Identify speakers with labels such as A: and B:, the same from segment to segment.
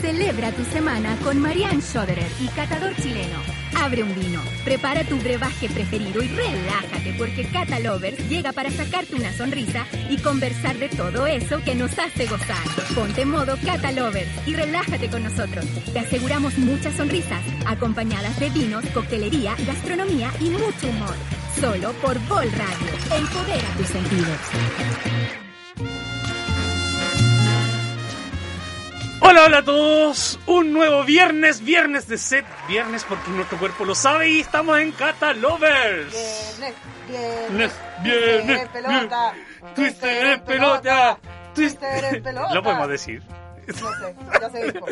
A: Celebra tu semana con Marianne Schoderer y Catador Chileno. Abre un vino, prepara tu brebaje preferido y relájate porque Cata Lovers llega para sacarte una sonrisa y conversar de todo eso que nos hace gozar. Ponte en modo Cata Lovers y relájate con nosotros. Te aseguramos muchas sonrisas acompañadas de vinos, coctelería, gastronomía y mucho humor. Solo por Vol Radio. Empodera tus sentidos.
B: Hola, hola a todos. Un nuevo viernes, viernes de set, viernes porque nuestro cuerpo lo sabe y estamos en Cata
C: Lovers. Viernes, viernes, viernes, pelota.
B: Twister en pelota. Twister en pelota. Lo podemos decir.
C: No sé, ya se dijo.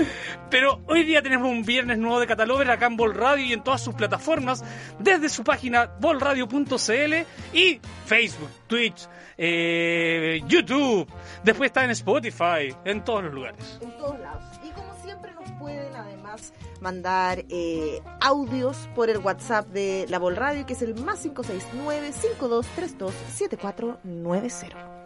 B: Pero hoy día tenemos un viernes nuevo de Catalover acá en Bol Radio y en todas sus plataformas, desde su página bolradio.cl y Facebook, Twitch, eh, YouTube. Después está en Spotify, en todos los lugares.
C: En todos lados. Y como siempre nos pueden además mandar eh, audios por el WhatsApp de la Bol Radio, que es el más 569 5232 7490.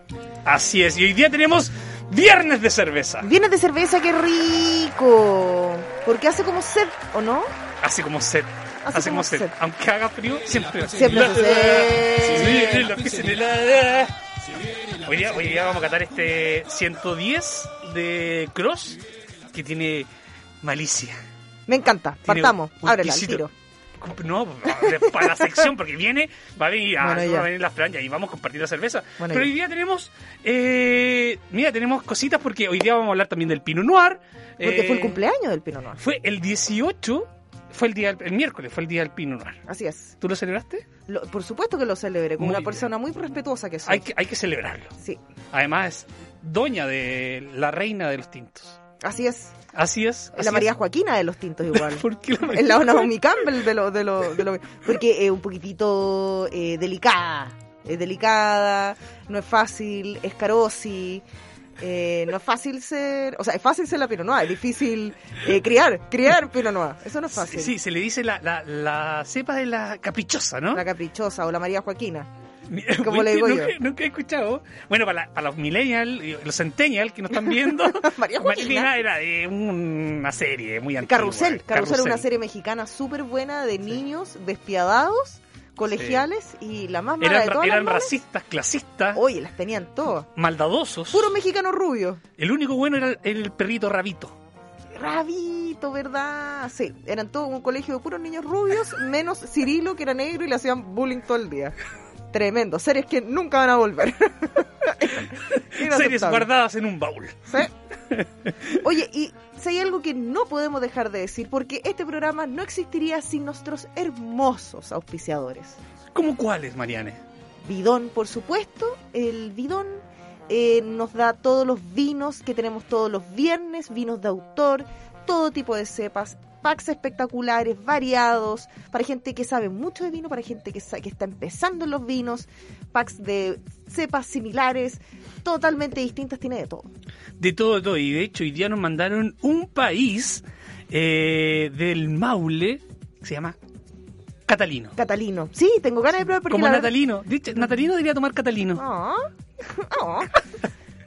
B: Así es, y hoy día tenemos Viernes de Cerveza.
C: Viernes de Cerveza, qué rico. Porque hace como sed, ¿o no?
B: Hace como sed. Hace, hace como, como sed. sed. Aunque haga frío, siempre
C: Siempre
B: Hoy día, hoy día vamos a catar este 110 de Cross que tiene malicia.
C: Me encanta, tiene partamos, ábrela al tiro
B: no, para la sección, porque viene, va a venir, ah, bueno, va a venir la franja y vamos a compartir la cerveza. Bueno, Pero ya. hoy día tenemos, eh, mira, tenemos cositas porque hoy día vamos a hablar también del Pinot Noir.
C: Porque eh, fue el cumpleaños del Pinot Noir.
B: Fue el 18, fue el día, el, el miércoles fue el día del Pinot Noir.
C: Así es.
B: ¿Tú lo celebraste?
C: Lo, por supuesto que lo celebré, como muy una bien. persona muy respetuosa que soy.
B: Hay que, hay que celebrarlo.
C: Sí.
B: Además, doña de la reina de los tintos.
C: Así es.
B: Así es. Así
C: la María
B: es.
C: Joaquina de los tintos igual.
B: ¿Por qué
C: la Es la Naomi Campbell de lo, de lo, de lo porque eh, un poquitito eh, delicada. Es delicada, no es fácil, es carosi. Eh, no es fácil ser, o sea, es fácil ser la pinonoa, es difícil eh, criar, criar pinonoa, eso no es fácil.
B: Sí, sí se le dice la, la, la, cepa de la caprichosa, ¿no?
C: La caprichosa o la María Joaquina. Como le digo
B: nunca,
C: yo.
B: Nunca he escuchado. Bueno, para, la, para los millennials, los centennials que nos están viendo,
C: María Joaquina
B: era de una serie muy antigua. eh,
C: Carrusel, Carrusel, Carrusel era una serie mexicana súper buena de niños sí. despiadados colegiales sí. y la más mala
B: eran,
C: de todas
B: eran
C: las malas,
B: racistas clasistas
C: oye las tenían todas
B: maldadosos
C: puro mexicano rubio
B: el único bueno era el, el perrito rabito
C: rabito verdad sí eran todos un colegio de puros niños rubios menos Cirilo que era negro y le hacían bullying todo el día tremendo series que nunca van a volver
B: series guardadas en un baúl
C: ¿Sí? Oye, y si hay algo que no podemos dejar de decir, porque este programa no existiría sin nuestros hermosos auspiciadores.
B: ¿Cómo cuáles, Mariane?
C: Bidón, por supuesto. El bidón eh, nos da todos los vinos que tenemos todos los viernes, vinos de autor, todo tipo de cepas, packs espectaculares, variados, para gente que sabe mucho de vino, para gente que, que está empezando en los vinos, packs de cepas similares, totalmente distintas, tiene de todo.
B: De todo, de todo. Y de hecho, hoy día nos mandaron un país eh, del Maule, que se llama Catalino.
C: Catalino. Sí, tengo ganas de probar porque
B: Como
C: la
B: Natalino. De hecho, Natalino debería tomar Catalino.
C: Oh. Oh.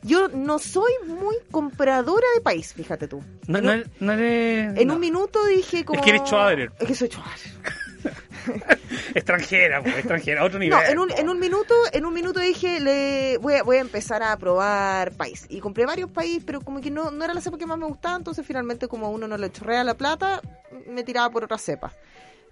C: Yo no soy muy compradora de país, fíjate tú.
B: No, no, no eres...
C: En
B: no.
C: un minuto dije como...
B: Es que eres Schwader.
C: Es que soy Schwader.
B: extranjera, pues, extranjera, otro nivel.
C: No, en un, en un minuto, en un minuto dije, le voy a, voy a empezar a probar país. Y compré varios países, pero como que no, no era la cepa que más me gustaba, entonces finalmente como a uno no le chorrea la plata, me tiraba por otra cepa.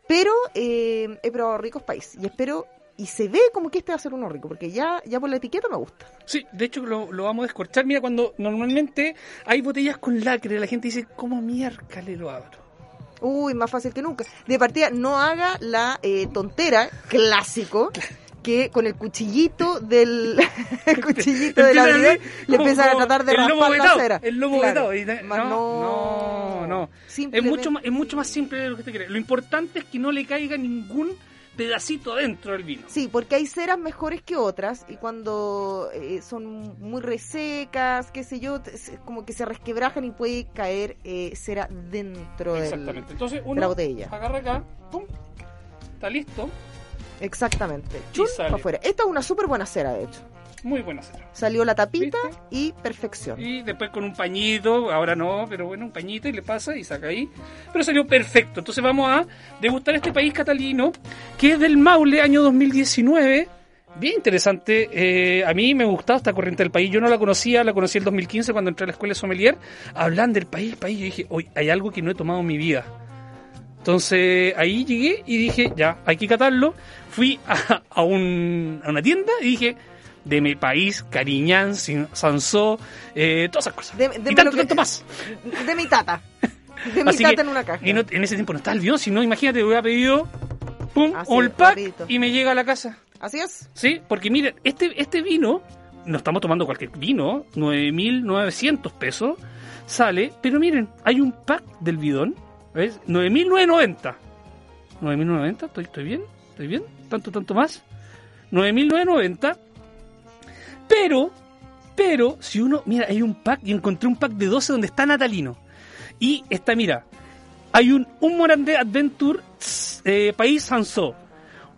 C: Pero eh, he probado ricos países y espero y se ve como que este va a ser uno rico, porque ya, ya por la etiqueta me gusta.
B: Sí, de hecho lo, lo vamos a descorchar. Mira, cuando normalmente hay botellas con lacre, la gente dice, ¿cómo miércoles lo abro?
C: Uy, más fácil que nunca. De partida, no haga la eh, tontera clásico. que con el cuchillito del el cuchillito de la vida le empiezan a tratar de
B: el
C: raspar
B: lomo vetado,
C: la cera.
B: El lomo
C: claro.
B: vetado.
C: Mas
B: no,
C: no,
B: no. Es mucho, más, es mucho más simple de lo que te crees. Lo importante es que no le caiga ningún pedacito dentro del vino.
C: Sí, porque hay ceras mejores que otras y cuando eh, son muy resecas, qué sé yo, como que se resquebrajan y puede caer eh, cera dentro
B: Exactamente.
C: Del,
B: Entonces
C: de la botella.
B: Agarra acá, pum, está listo.
C: Exactamente. Chun, para afuera. Esta es una súper buena cera, de hecho.
B: Muy buena cera.
C: Salió la tapita
B: ¿Viste?
C: y perfección.
B: Y después con un pañito, ahora no, pero bueno, un pañito y le pasa y saca ahí. Pero salió perfecto. Entonces vamos a degustar este país catalino, que es del Maule, año 2019. Bien interesante. eh, a mí me gustaba esta corriente del país. Yo no la conocía, la conocí el 2015 cuando entré a la escuela de sommelier. Hablan del país, el país. Yo dije, hoy hay algo que no he tomado en mi vida. Entonces ahí llegué y dije, ya, hay que catarlo. Fui a, a un- a una tienda y dije, de mi país, Cariñán, Sin- Sansó, eh, todas esas cosas.
C: De- deme
B: y tanto,
C: lo que-
B: tanto más.
C: De mi tata. De mi
B: Así
C: tata
B: que-
C: en una caja.
B: Y no- en ese tiempo no estaba el video, sino imagínate, hubiera pedido pum,
C: Así,
B: all pack
C: rapidito.
B: y me llega a la casa.
C: Así es.
B: Sí, porque miren, este, este vino, no estamos tomando cualquier vino, 9.900 pesos sale, pero miren, hay un pack del bidón, ¿ves? 9.990. 9.990, ¿Estoy, estoy bien, estoy bien, tanto, tanto más. 9.990. Pero, pero, si uno, mira, hay un pack, y encontré un pack de 12 donde está Natalino. Y está, mira, hay un, un Morandé Adventure tss, eh, País Sansó.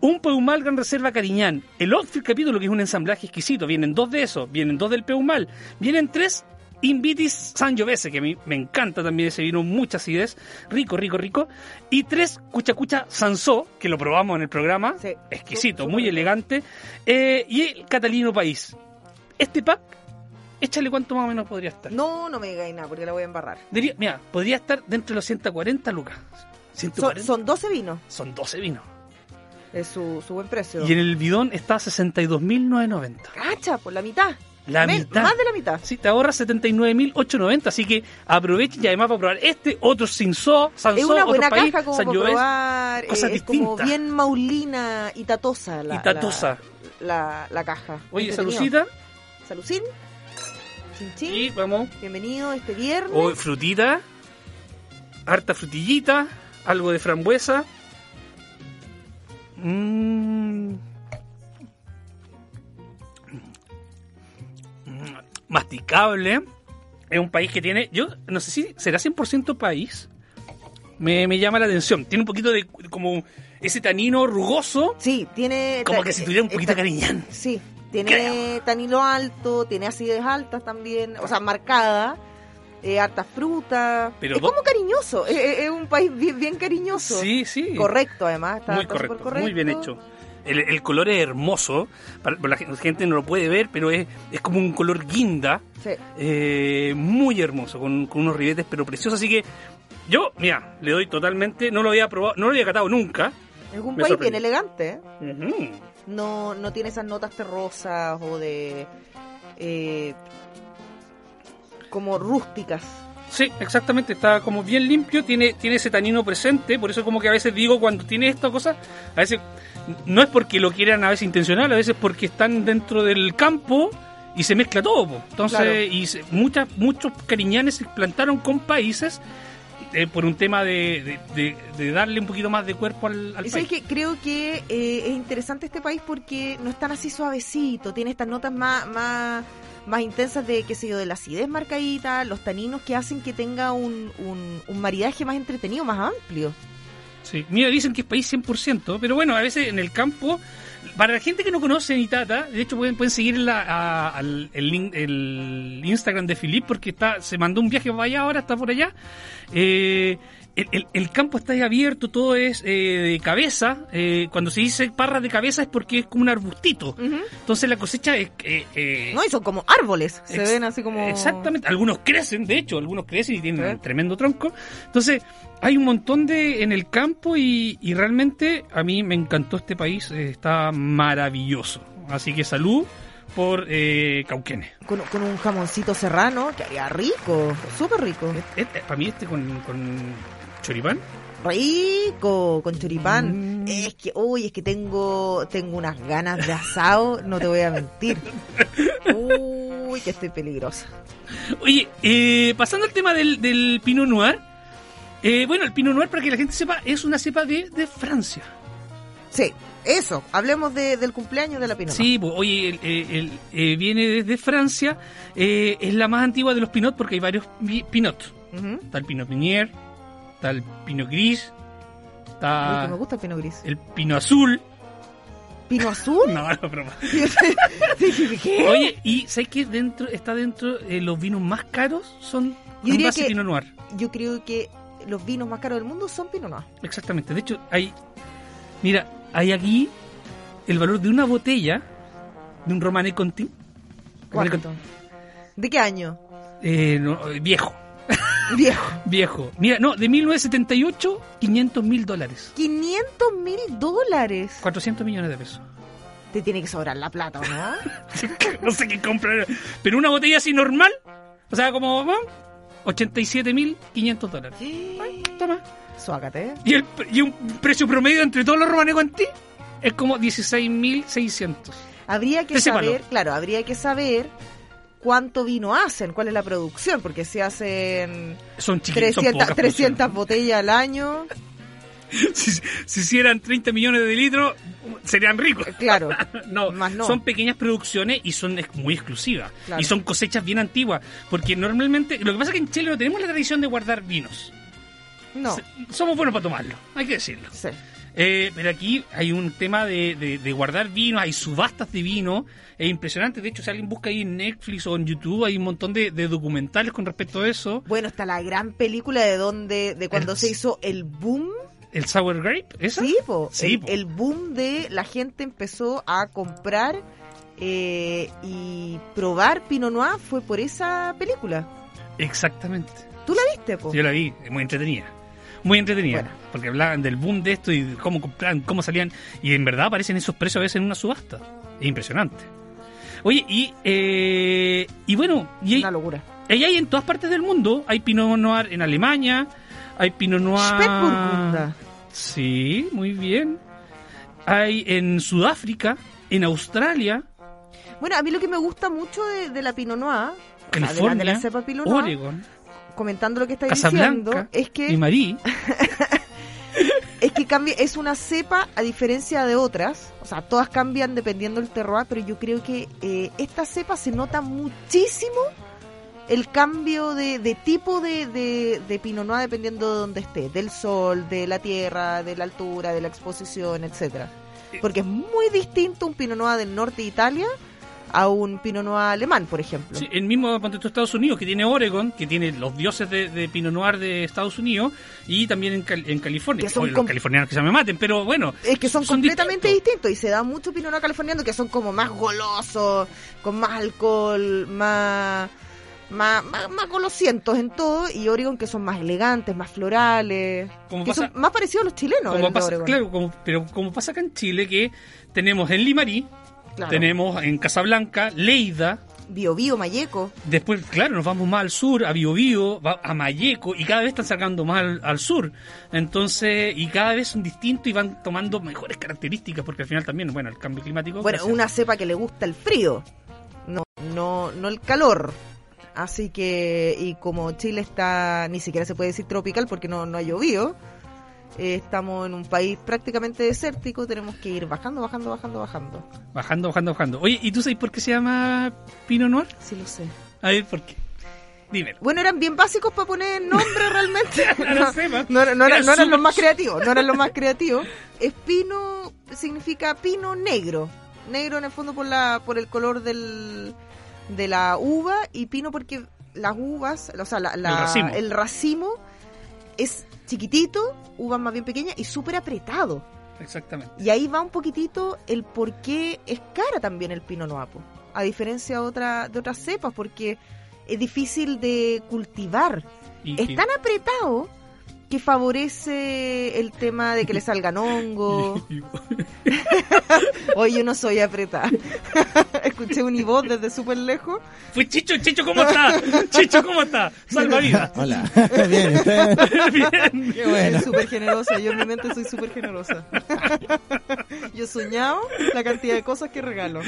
B: Un Peumal Gran Reserva Cariñán. El Outfield capítulo, que es un ensamblaje exquisito. Vienen dos de esos. Vienen dos del Peumal. Vienen tres Invitis San Giovese, que a mí me encanta también ese vino. Mucha acidez. Rico, rico, rico. Y tres Cuchacucha Sansó, que lo probamos en el programa.
C: Sí.
B: Exquisito,
C: Súper
B: muy
C: rico.
B: elegante. Eh, y el Catalino País. Este pack, échale cuánto más o menos podría estar.
C: No, no me digáis nada porque la voy a embarrar.
B: Diría- mira, podría estar dentro de los 140 lucas.
C: Son,
B: 140.
C: son 12 vinos.
B: Son 12 vinos.
C: Es su, su buen precio.
B: Y en el bidón está a 62.990.
C: Cacha, por la mitad.
B: La
C: Me-
B: mitad.
C: Más de la mitad.
B: Sí, te ahorras 79.890, así que aprovechen y además para probar este, otro Sinso, Sansó,
C: es una
B: otro
C: buena
B: país,
C: caja como
B: San
C: para
B: Lloves.
C: probar. eh,
B: cosas
C: es como
B: distintas.
C: bien maulina y tatosa la,
B: Y tatosa.
C: la, la- la caja.
B: Oye,
C: Entretenido.
B: salucita
C: Salucín. Chin, chin.
B: y vamos.
C: Bienvenido este viernes.
B: O frutita, harta frutillita, algo de frambuesa. Mm. Mm, Masticable. Es un país que tiene. Yo no sé si será 100% país. Me, me llama la atención. Tiene un poquito de como ese tanino rugoso.
C: Sí, tiene.
B: Como
C: ta-
B: que si tuviera un
C: eh,
B: poquito de
C: ta-
B: cariñán.
C: Sí, tiene tanilo alto, tiene acidez altas también, o sea, marcada, eh, harta fruta.
B: Pero
C: es
B: do-
C: como cariñoso, es, es- es un país bien, bien cariñoso.
B: Sí, sí.
C: Correcto, además. Está
B: muy
C: está súper
B: correcto, muy bien hecho. El, el color es hermoso, para, para la gen- gente no lo puede ver, pero es, es como un color guinda,
C: Sí.
B: eh, muy hermoso, con, con unos ribetes pero preciosos. Así que yo, mira, le doy totalmente, no lo había probado, no lo había catado nunca. Mm.
C: Es un
B: Me
C: país bien
B: sorprendió.
C: elegante, ¿eh?
B: Ujú.
C: no, no tiene esas notas terrosas o de. eh, como rústicas.
B: Sí, exactamente, está como bien limpio, tiene, tiene ese tanino presente, por eso como que a veces digo cuando tiene esta cosa, a veces no es porque lo quieran a veces intencional, a veces porque están dentro del campo y se mezcla todo. po. Entonces,
C: Claro.
B: y se- muchas, muchos cariñanes se plantaron con países eh, por un tema de, de- de- de darle un poquito más de cuerpo al, al
C: Y
B: país.
C: sabes que creo que eh, es interesante este país porque no es tan así suavecito, tiene estas notas más, más, más intensas de, qué sé yo, de la acidez marcadita, los taninos que hacen que tenga un, un, un maridaje más entretenido, más amplio.
B: Sí. Mira, dicen que es país 100%, pero bueno, a veces en el campo, para la gente que no conoce Nitata, de hecho pueden, pueden seguir la- a- al, el, link- el Instagram de Filip porque está, se mandó un viaje para allá, ahora está por allá. Eh, el, el- el campo está ahí abierto, todo es eh, de cabeza. eh, cuando se dice parra de cabeza es porque es como un arbustito. Entonces la cosecha es... eh, eh,
C: No, y son como árboles, se
B: Ex-
C: ven así como...
B: Exactamente, algunos crecen, de hecho, algunos crecen y tienen
C: Sí.
B: un tremendo tronco. Entonces, hay un montón de en el campo y, y realmente a mí me encantó este país, eh, está maravilloso. Así que salud por eh, Cauquenes.
C: Con, con un jamoncito serrano, que haría rico, súper rico.
B: Eh, eh, para mí este con, con choripán.
C: Rico, con choripán.
B: Mm.
C: Es que, uy, es que tengo, tengo unas ganas de asado, no te voy a mentir. Uy, que estoy peligrosa.
B: Oye, eh, pasando al tema del, del Pinot Noir. eh, bueno, el Pinot Noir, para que la gente sepa, es una cepa de, de Francia.
C: Sí, eso. Hablemos de- del cumpleaños de la Pinot.
B: Sí, pues, oye, el- el- el, eh, viene desde Francia, eh, es la más antigua de los Pinot porque hay varios pi- Pinot.
C: Ujú.
B: Está el Pinot Meunier, está el Pinot Gris,
C: Uy, que
B: está
C: me gusta el Pinot Gris.
B: el Pinot Azul,
C: ¿Pino azul?
B: No, no, broma.
C: Y yo dije, ¿qué?
B: Oye, y ¿sabes qué? Dentro, está dentro, eh, los vinos más caros son
C: Yo
B: en
C: diría
B: base
C: que-
B: Pinot Noir.
C: Yo creo que los vinos más caros del mundo son Pinot Noir.
B: Exactamente. De hecho, hay. Mira, hay aquí el valor de una botella de un Romané Conti. Romané
C: ¿Cuánto? ¿De qué año?
B: Conti, eh, no, eh, viejo,
C: Viejo.
B: viejo. Mira, no, de 1978, 500 mil dólares.
C: 500 mil dólares.
B: 400 millones de pesos.
C: Te tiene que sobrar la plata, ¿o ¿no?
B: no sé qué comprar. Pero una botella así normal, o sea, como. ¿no? 87.500 dólares.
C: Ay,
B: Toma.
C: Suácate. ¿eh?
B: Y, el, y un precio promedio entre todos los Romané Conti es como 16.600.
C: Habría que
B: De ese
C: saber,
B: valor.
C: claro, habría que saber cuánto vino hacen, cuál es la producción, porque si hacen
B: Son chiquitos. son
C: 300,
B: pocas
C: 300 botellas al año,
B: si, si hicieran 30 millones de litros, serían ricos.
C: claro.
B: No,
C: Más no.
B: son pequeñas producciones y son ex- muy exclusivas.
C: Claro.
B: Y son cosechas bien antiguas. Porque normalmente, lo que pasa es que en Chile no tenemos la tradición de guardar vinos.
C: No,
B: Se- Somos buenos para tomarlo, hay que decirlo.
C: sí.
B: Eh, pero aquí hay un tema de, de- de guardar vinos, hay subastas de vino, es impresionante. De hecho, si alguien busca ahí en Netflix o en YouTube, hay un montón de, de documentales con respecto a eso.
C: Bueno, está la gran película de donde, de cuando
B: El-
C: se hizo el boom,
B: El Sour Grape, ¿esa?
C: sí, po,
B: Sí,
C: el,
B: po.
C: el boom de la gente empezó a comprar eh, y probar Pinot Noir fue por esa película.
B: Exactamente.
C: ¿Tú la viste, po?
B: Yo la vi, es muy entretenida. Muy entretenida.
C: Bueno.
B: Porque hablaban del boom de esto y de cómo compraban, cómo salían. Y en verdad aparecen esos precios a veces en una subasta. Es impresionante. Oye, y, eh, y bueno, y hay,
C: Una locura.
B: y hay en todas partes del mundo. Hay Pinot Noir en Alemania, hay Pinot Noir...
C: Spätburgunder.
B: Sí, muy bien. Hay en Sudáfrica, en Australia,
C: Bueno, a mí lo que me gusta mucho de, de la Pinot Noir, o sea, de la, de
B: California,
C: la cepa Pinot Noir,
B: Oregon,
C: comentando lo que estáis diciendo,
B: Casablanca
C: es
B: y
C: que,
B: Marí.
C: es que cambia, es una cepa a diferencia de otras, o sea, todas cambian dependiendo del terroir, pero yo creo que eh, esta cepa se nota muchísimo el cambio de, de tipo de, de, de Pinot Noir dependiendo de donde esté, del sol, de la tierra, de la altura, de la exposición, etcétera. Porque es muy distinto un Pinot Noir del norte de Italia a un Pinot Noir alemán, por ejemplo.
B: Sí, el mismo contexto de Estados Unidos, que tiene Oregon, que tiene los dioses de, de Pinot Noir de Estados Unidos, y también en, Cal- en California.
C: Que son
B: Oye, los
C: com-
B: californianos que se me maten, pero bueno.
C: Es eh, que son, completamente
B: distintos.
C: distintos. y se da mucho Pinot Noir californiano que son como más golosos, con más alcohol, más, más, más, más golosientos en todo y Oregon que son más elegantes, más florales,
B: Como
C: que
B: pasa-
C: son más parecidos a los chilenos. el
B: Como
C: de
B: pasa,
C: Oregon.
B: claro, como- pero como pasa acá en Chile, que tenemos en Limarí,
C: Claro.
B: tenemos en Casablanca, Leida,
C: Bio Bio, Mayeco.
B: Después, claro, nos vamos más al sur, a Biobío, va- a Mayeco, y cada vez están sacando más al, al sur. Entonces, y cada vez son distintos y van tomando mejores características, porque al final también, bueno, el cambio climático.
C: Bueno,
B: gracias.
C: una cepa que le gusta el frío, no, no, no el calor. Así que, y como Chile está, ni siquiera se puede decir tropical porque no, no ha llovido, eh, estamos en un país prácticamente desértico, tenemos que ir bajando, bajando, bajando, bajando.
B: Bajando, bajando, bajando. Oye, ¿y tú sabes por qué se llama Pinot Noir?
C: Sí lo sé.
B: A ver, ¿por qué? Dímelo.
C: Bueno, eran bien básicos para poner nombre realmente.
B: A la cepa.
C: No, no, no
B: Era
C: eran, no eran
B: súper-
C: los más creativos, no eran los más creativos. Espino significa pino negro. Negro en el fondo por la por el color del, de la uva y pino porque las uvas, o sea, la- la-
B: El racimo.
C: el racimo es chiquitito, uvas más bien pequeñas y súper apretado.
B: Exactamente.
C: Y ahí va un poquitito el por qué es cara también el pino noapo, a diferencia de, otra, de otras cepas, porque es difícil de cultivar
B: Y,
C: es tan apretado que favorece el tema de que le salgan hongos.
B: y- y-
C: Hoy yo no soy apretada. Escuché un voz desde súper lejos.
B: Pues Chicho, Chicho, ¿cómo está? Chicho, ¿cómo está? Salva vida.
D: Hola. Bien, ¿y usted?
B: Bien.
D: Qué
C: Soy
D: bueno.
C: súper generosa. Yo en mi mente soy súper generosa. yo he soñado la cantidad de cosas que regalo.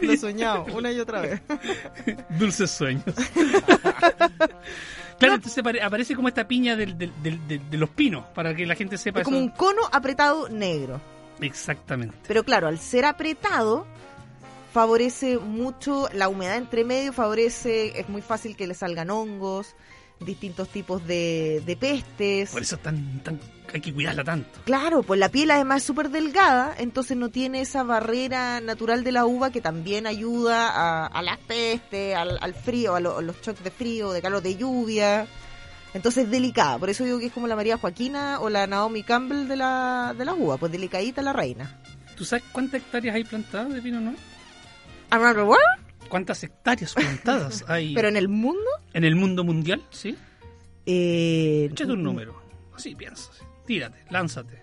C: Lo he soñado una y otra vez.
B: Dulces sueños. Claro, entonces apare- aparece como esta piña del- del- del- del- de los pinos, para que la gente sepa
C: Es como
B: eso.
C: un cono apretado negro.
B: Exactamente.
C: Pero claro, al ser apretado, favorece mucho la humedad entre medio, favorece, es muy fácil que le salgan hongos, distintos tipos de, de pestes.
B: Por eso tan, tan, hay que cuidarla tanto.
C: Claro, pues la piel además es súper delgada, entonces no tiene esa barrera natural de la uva que también ayuda a, a las pestes, al, al frío, a, lo- a los shocks de frío, de calor, de lluvia. Entonces es delicada, por eso digo que es como la María Joaquina o la Naomi Campbell de la, de la uva, pues delicadita la reina.
B: ¿Tú sabes cuántas hectáreas hay plantadas de pino no?
C: Around the world,
B: ¿Cuántas hectáreas plantadas hay
C: Pero en el mundo...
B: en el mundo mundial? ¿Sí?
C: Eh,
B: Échate un número. Así piensa. así. Tírate, lánzate.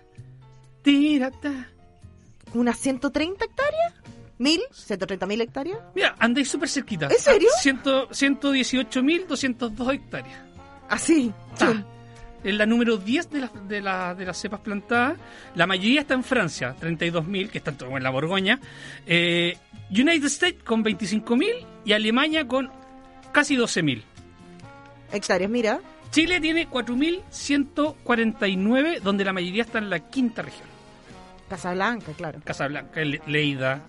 B: Tírate.
C: ¿Unas 130 hectáreas? ¿Mil? ¿130 mil hectáreas?
B: Mira, andáis súper cerquita.
C: ¿En serio?
B: Ah, ciento- 118.202 hectáreas.
C: Así.
B: Ta. Es la número 10 de, las- de, la- de las cepas plantadas. La mayoría está en Francia, 32.000, que están todo en la Borgoña. Eh, United States con 25.000 y Alemania con casi 12.000.
C: Hectáreas, mira.
B: Chile tiene 4.149, donde la mayoría está en la quinta región.
C: Casablanca, claro.
B: Casablanca, Le- Leida,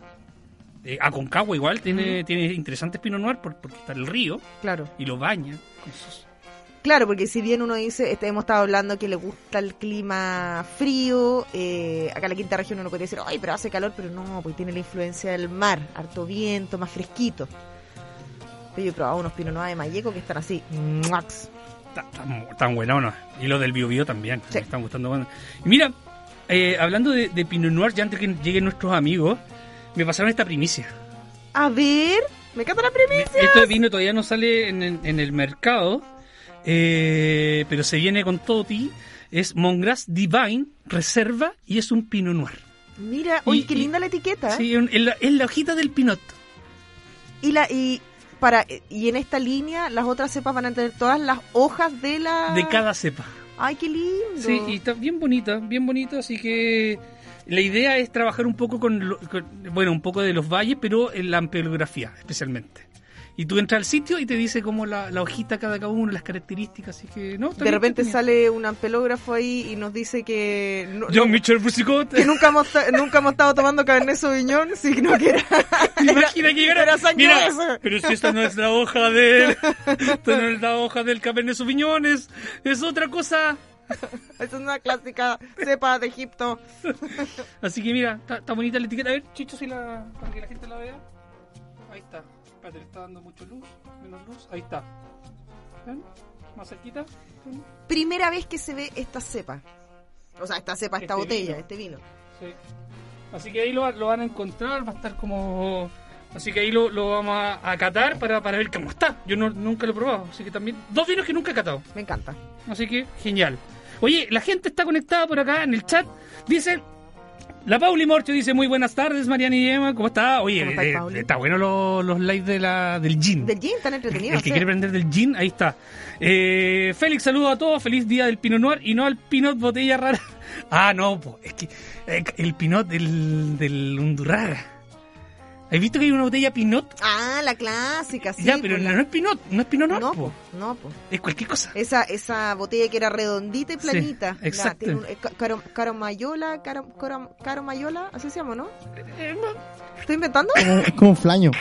B: eh, Aconcagua igual, tiene, tiene interesantes Pinot Noir por- porque está el río
C: Claro.
B: y lo baña. con sus-
C: Claro, porque si bien uno dice, este, hemos estado hablando que le gusta el clima frío, eh, acá en la quinta región uno podría decir, ay, pero hace calor, pero no, porque tiene la influencia del mar, harto viento, más fresquito. Pero yo he probado unos pinot Noir de Mayeco que están así, ¡muax!
B: Está- está mu- Están buenos. Y los del Bio Bio también,
C: Sí.
B: me están gustando. bueno. Y mira, eh, hablando de, de Pinot Noir, ya antes que lleguen nuestros amigos, me pasaron esta primicia.
C: A ver, me encanta la
B: Me-
C: premisa.
B: Este vino todavía no sale en, en- en el mercado, eh, pero se viene con Toti. Es Mongras Divine Reserva y es un Pinot Noir.
C: Mira, oye,
B: Y-
C: qué
B: y-
C: linda la etiqueta. ¿eh?
B: Sí, en, en la, en la hojita del Pinot.
C: Y la y para y en esta línea las otras cepas van a tener todas las hojas de la
B: De cada cepa.
C: Ay, qué lindo.
B: Sí, y está bien bonita, bien bonita, así que la idea es trabajar un poco con, lo- con- bueno, un poco de los valles, pero en la ampeolografía especialmente. Y tú entras al sitio y te dice como la, la hojita cada cada uno, las características, así que no. está
C: de
B: bien
C: repente
B: entretenida.
C: sale un ampelógrafo ahí y nos dice que no-
B: John Mitchell Brusicot.
C: que nunca hemos ta- nunca hemos estado tomando Cabernet Sauvignon, sino que era
B: Imagina que llegara-
C: era sangre
B: Mira,
C: esa.
B: pero si esta no es la hoja de esta no es la hoja del Cabernet Sauvignon, es, es otra cosa.
C: es una clásica cepa de Egipto.
B: Así que mira, está, está bonita la etiqueta. A ver, Chicho, si la, para que la gente la vea. Ahí está. Espérate, le está dando mucho luz, menos luz. Ahí está. ¿Ven? Más cerquita. ¿Ven?
C: Primera vez que se ve esta cepa. O sea, esta cepa, esta
B: Este
C: botella,
B: vino.
C: este vino.
B: Sí. Así que ahí lo, lo van a encontrar, va a estar como... Así que ahí lo, lo vamos a, a catar para, para ver cómo está. Yo no- nunca lo he probado, así que también... Dos vinos que nunca he catado.
C: Me encanta.
B: Así que genial. Oye, la gente está conectada por acá en el chat. Dice. La Pauli Morcho dice muy buenas tardes, Mariana y Emma, ¿cómo está? Oye,
C: ¿Cómo estáis,
B: eh,
C: Pauli?
B: está bueno lo- los lives de la, del gin.
C: Del gin tan entretenido.
B: el que
C: sí.
B: quiere aprender del gin, ahí está. Eh, Félix, saludo a todos, feliz día del Pinot Noir y no al Pinot Botella Rara. Ah, no, po, es que eh, el Pinot del, del Undurraga. ¿Has visto que hay una botella Pinot?
C: Ah, la clásica, sí.
B: ya, pero
C: pues,
B: no,
C: la-
B: es Pinot, no es Pinot Noir,
C: no,
B: po.
C: po, no, po.
B: es cualquier cosa.
C: Esa, esa botella que era redondita y planita. La-
B: exacto.
C: tiene un- eh, ca- caro, caromayola, caro, caro- caromayola, así se llama, ¿no?
B: Eh,
C: ¿Estoy inventando?
D: Es como un flaño.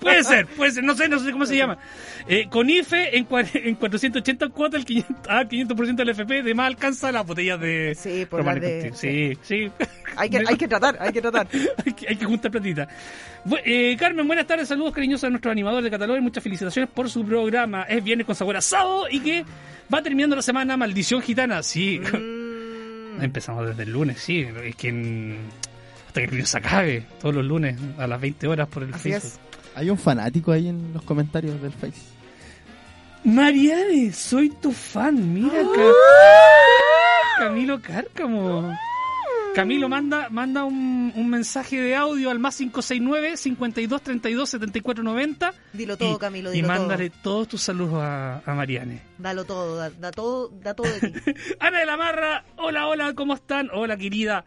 B: Puede ser, puede ser, no sé, no sé cómo se llama. Eh, con IFE en, cua- en 480 cuota el 500, ah, 500% del FP, de más alcanza las botellas de...
C: Sí, por la
B: Román y
C: de...
B: Conti. Sí, sí.
C: Hay que, hay que tratar, hay que tratar.
B: hay, que, hay que juntar platita. Bu- eh, Carmen, buenas tardes, saludos cariñosos a nuestro animador de Catalog y muchas felicitaciones por su programa. Es viernes con sabor a sábado y que va terminando la semana Maldición Gitana. Sí,
C: Mm,
B: empezamos desde el lunes, sí, es que en- hasta que el lunes se acabe, todos los lunes a las 20 horas por el
C: así
B: Facebook.
C: es.
D: Hay un fanático ahí en los comentarios del Face.
B: Mariane, soy tu fan, mira acá. Camilo Cárcamo. Camilo manda, manda un, un mensaje de audio al más 569 52 32 74 90
C: Dilo todo, Camilo,
B: y
C: dilo
B: mándale todos tus saludos a, a Mariane.
C: todo. Dalo todo, da, da todo, da todo de ti.
B: Ana de la Marra, hola, hola, ¿cómo están? Hola, querida.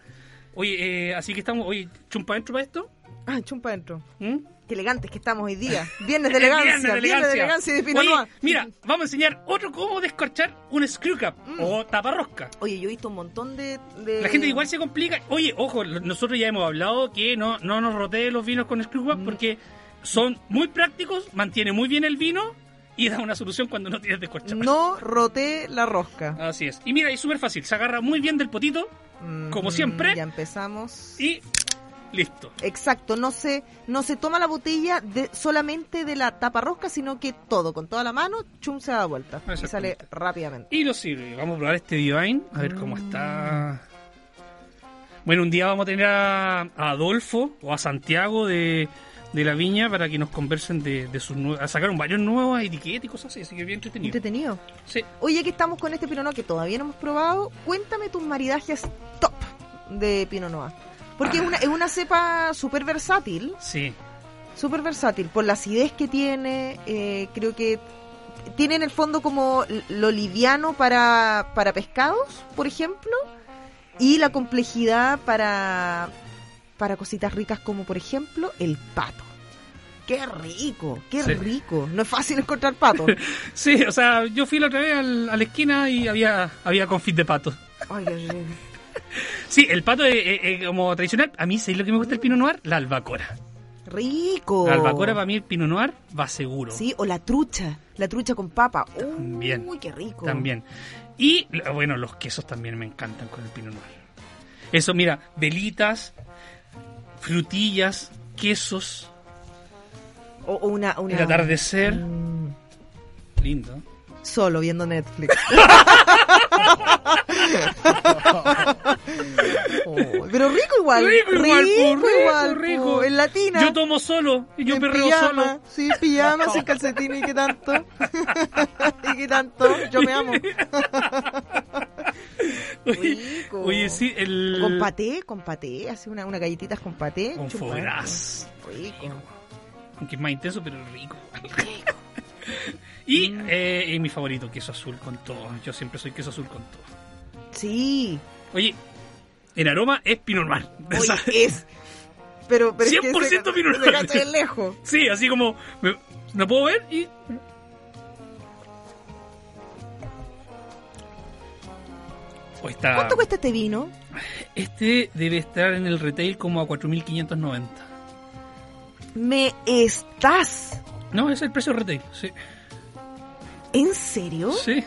B: Oye, eh, así que estamos, oye, chumpa dentro para esto.
C: Ah, chumpa adentro.
B: ¿Mm?
C: Qué elegantes que estamos hoy día. Viernes de
B: El
C: elegancia.
B: viernes de elegancia.
C: elegancia y de
B: Oye,
C: Pinot Noir.
B: mira, vamos a enseñar otro cómo descorchar un screw cap
C: Mm.
B: o taparrosca.
C: Oye, yo he visto un montón de. de-
B: La gente igual se complica. Oye, ojo, lo- nosotros ya hemos hablado que no, no nos rotee los vinos con screw
C: Mm.
B: cap porque son muy prácticos, mantiene muy bien el vino y da una solución cuando no tienes descorchar.
C: No roté la rosca.
B: Así es. Y mira, es súper fácil. Se agarra muy bien del potito
C: Mm,
B: como siempre.
C: Ya empezamos.
B: y listo.
C: Exacto, no se, no se toma la botella de, solamente de la tapa rosca, sino que todo, con toda la mano, chum se da vuelta. Y
B: Exactamente.
C: sale rápidamente.
B: Y lo sirve. Vamos a probar este Divine. A ver cómo está. Bueno, un día vamos a tener a, a Adolfo o a Santiago de, de la viña para que nos conversen de, de sus nue- A sacaron varios nuevos etiquetas y cosas así. Así que bien entretenido.
C: Entretenido.
B: Sí.
C: Oye, que estamos con este Pinot Noir que todavía no hemos probado, cuéntame tus maridajes top de Pinot Noir. Porque es una, es una cepa súper versátil,
B: Sí.
C: súper versátil, por la acidez que tiene, eh, creo que tiene en el fondo como lo liviano para, para pescados, por ejemplo, y la complejidad para, para cositas ricas como, por ejemplo, el pato. ¡Qué rico! ¡Qué
B: Sí.
C: rico! No es fácil encontrar pato.
B: Sí, o sea, yo fui la otra vez al- a la esquina y había, había confit de pato.
C: Ay, qué rico.
B: Sí, el pato es, es- es como tradicional. A mí, ¿sabéis lo que me gusta el Pinot Noir? La albacora.
C: Rico.
B: La albacora para mí el Pinot Noir va seguro.
C: Sí, o la trucha, la trucha con papa. Uy,
B: También.
C: qué rico.
B: También. Y lo- bueno, los quesos también me encantan con el Pinot Noir. Eso, mira, velitas, frutillas, quesos,
C: O, o una, una
B: el atardecer.
C: Mm,
B: Lindo.
C: solo viendo Netflix. Oh, pero rico igual.
B: Rico igual, po, rico,
C: igual,
B: rico.
C: po. En latina.
B: Yo tomo solo, y yo
C: en
B: perreo
C: pijama,
B: solo.
C: Sí, pijama, sin calcetines, ¿y qué tanto? ¿Y qué tanto? Yo me amo. Rico.
B: Oye, sí, el.
C: Con paté, con paté, así una, una galletitas con paté.
B: Con
C: chupando.
B: fogás.
C: Rico.
B: Aunque es más intenso, pero rico.
C: Mm.
B: y, eh, y mi favorito, queso azul con todo. Yo siempre soy queso azul con todo.
C: Sí.
B: Oye, en aroma es Pinot Noir. O sea,
C: Oye, eh. es. Pero, pero es que
B: 100%
C: se-
B: Pinot
C: se
B: Noir.
C: cacha de lejos.
B: Sí, así como me- no puedo ver y O Pues está-
C: ¿Cuánto cuesta este vino?
B: Este debe estar en el retail como a 4.590.
C: Me estás.
B: No, es el precio retail, sí.
C: ¿En serio?
B: sí. ¿En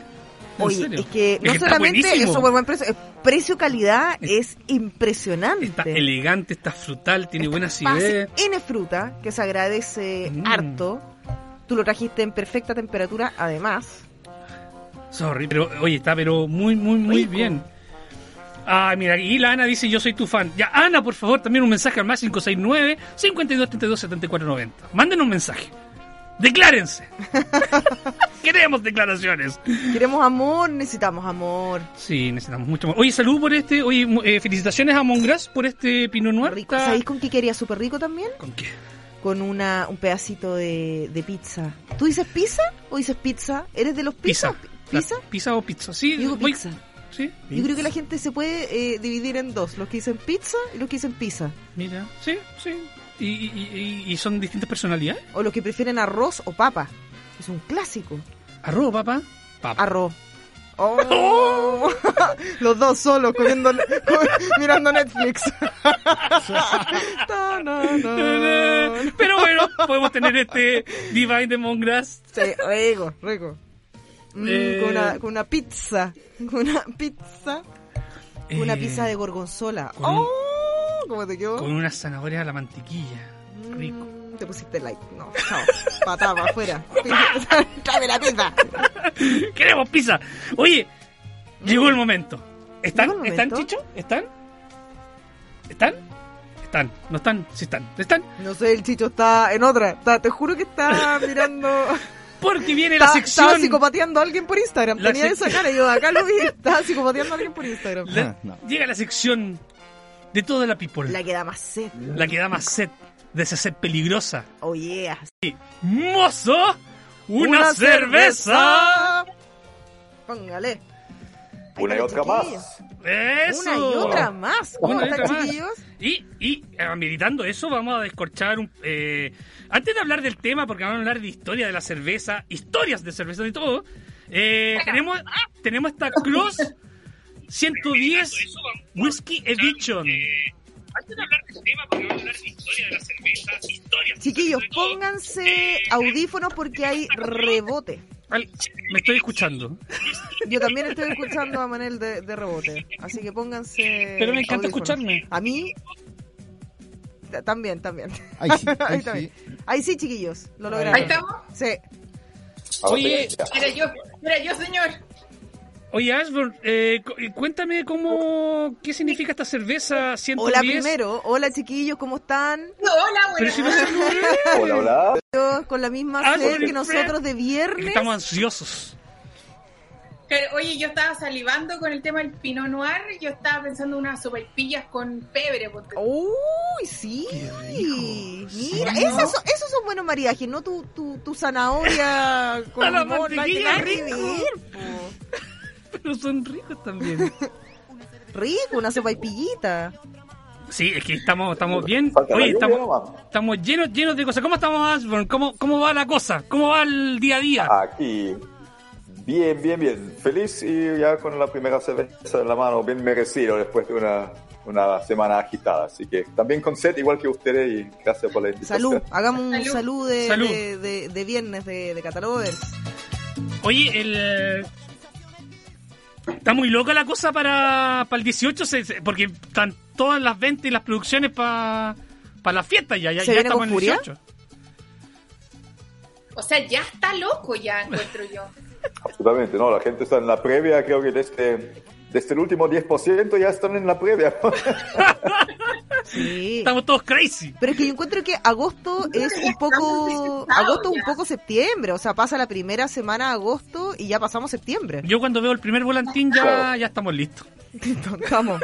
C: ¿Oh? Oye,
B: serio?
C: es que no
B: Es está
C: solamente
B: buenísimo.
C: es súper buen precio, el precio-calidad es impresionante.
B: Está elegante, está frutal, tiene buena acidez.
C: Pase N fruta, que se agradece
B: Mm.
C: harto. Tú lo trajiste en perfecta temperatura, además.
B: Sorry, pero oye, está pero muy, muy, muy
C: Rico.
B: bien. Ah, mira, y la Ana dice, yo soy tu fan. Ya, Ana, por favor, también un mensaje al más 569-5232-7490. Manden un mensaje. Declárense. Queremos declaraciones.
C: Queremos amor, necesitamos amor.
B: Sí, necesitamos mucho más. Oye, salud por este. Oye, mu- eh, felicitaciones a Mongras por este Pinot Noir.
C: Rico.
B: Está-
C: ¿Sabéis con qué quería súper rico también?
B: ¿Con qué?
C: con una, un pedacito de, de pizza. ¿Tú dices pizza o dices pizza? ¿Eres de los
B: Pizza.
C: pizzas? ¿Pizza?
B: La- ¿Pizza o pizza? Sí,
C: Yo digo
B: voy-
C: pizza.
B: Sí,
C: Yo creo que la gente se puede eh, dividir en dos, los que dicen pizza y los que dicen pizza.
B: mira. Sí, sí. Y, y- y- y son distintas personalidades.
C: O los que prefieren arroz o papa. Es un clásico.
B: Arroba, papá. Papá.
C: Arroz. Oh. los dos solos comiendo, co- mirando Netflix. Ta, na, na.
B: Pero bueno, podemos tener este Divine de Mongras.
C: Sí, rico, rico. Mm,
B: Eh.
C: con, una, con una pizza. Con una pizza. Con una pizza de gorgonzola.
B: con-
C: ¡Oh! ¿Cómo te quedó?
B: eh, Con unas zanahorias a la mantequilla.
C: Mm,
B: Rico.
C: Te pusiste like. No, chao. Patada para afuera. Dame la pizza.
B: ¡Queremos pizza! Oye, llegó el momento. ¿Están?
C: ¿Llegó el
B: ¿Están,
C: momento?
B: Chicho? ¿Están? ¿Están? ¿Están? ¿No están? Sí están. ¿No están?
C: No sé, el chicho está en otra. Está- te juro que está mirando.
B: Porque viene la
C: Está- Estaba
B: sección...
C: psicopateando a alguien por Instagram.
B: La
C: Tenía
B: sec-
C: esa cara. Yo acá lo vi. Estaba psicopateando a alguien por Instagram.
B: la-
D: Ah, no.
B: Llega la sección de toda la people.
C: La
B: La,
C: que da más sed.
B: que da más sed. De esa sed peligrosa.
C: Oh, yeah.
B: ¡Mozo! ¡Una, cerveza.
C: Póngale. Ahí
E: Una y
C: está,
E: otra
C: chiquillos.
E: más.
B: ¡Eso!
C: Una y otra más. ¿Cómo
B: Una y
C: están,
B: otra más.
C: chiquillos?
B: Y, y eh, meditando eso, vamos a descorchar un... eh, antes de hablar del tema, porque vamos a hablar de historia de la cerveza, historias de cerveza y todo, eh, tenemos, tenemos esta Cross 110 Whiskey Edition.
C: Chiquillos, pónganse audífonos porque hay rebote.
B: Al- me estoy escuchando.
C: Yo también estoy escuchando a Manel de, de rebote. Así que pónganse.
B: Pero me encanta
C: audífonos.
B: escucharme.
C: A mí. ta- También, también.
D: Ahí sí, ahí
C: Ahí
D: sí.
C: también. Ahí sí, chiquillos. Lo lograron.
E: Ahí estamos.
C: Sí.
B: Oye,
E: Mira yo, mira yo, señor.
B: oye Ashburn, eh, cu- cuéntame cómo, qué significa esta cerveza 110.
C: Hola primero. Hola, chiquillos, ¿cómo están?
E: No, hola,
B: Pero
E: buenas.
B: si no saludé.
F: Hola, hola.
C: Yo, con la misma
B: Ah,
C: sed
B: sobre
C: que nosotros de
B: Que
C: viernes.
B: Estamos ansiosos.
E: Pero, oye, yo estaba salivando con el tema del Pinot Noir. Yo estaba pensando unas sopaipillas con pebre. Porque...
C: ¡Uy, sí! Mira,
E: Sí, ¿no?
C: esos, son- esos son buenos maridajes, no tu, tu, tu zanahoria
B: A
C: con
B: la
C: limón, nada que
B: mantequilla,
C: nada que
B: rico.
C: ver, po.
B: Pero son ricos también.
C: Rico, una sopaipillita.
B: Sí, es que estamos, estamos bien.
F: Falta la
B: Oye,
F: lluvia
B: estamos,
F: nomás.
B: estamos llenos, llenos de cosas. ¿Cómo estamos, Ashburn? ¿Cómo, ¿Cómo va la cosa? ¿Cómo va el día a día?
F: Ah. Aquí. Bien, bien, bien. Feliz y ya con la primera cerveza en la mano, bien merecido después de una, una semana agitada. Así que también con sed, igual que ustedes, y gracias por la invitación.
C: Salud, hagamos un
E: Salud.
C: salud de,
B: Salud.
C: de, de- de viernes de, de Catalovers.
B: Oye, el... Está muy loca la cosa para, para el 18, se- se- porque están todas las ventas y las producciones para para la fiesta ya. Ya,
C: ¿Se
B: ya
C: viene
B: estamos en
C: con
B: el
C: furia?
B: 18.
E: O sea, ya está loco, ya encuentro yo.
F: Absolutamente, no, la gente está en la previa, creo que desde, desde el último 10% ya están en la previa.
C: Sí.
B: Estamos todos crazy.
C: Pero es que yo encuentro que agosto es un poco.
E: desesperados
C: Agosto es un
E: ya.
C: poco septiembre. O sea, pasa la primera semana de agosto y ya pasamos septiembre.
B: Yo cuando veo el primer volantín ya,
F: Claro.
B: ya estamos listos.
C: ¿Dónde estamos?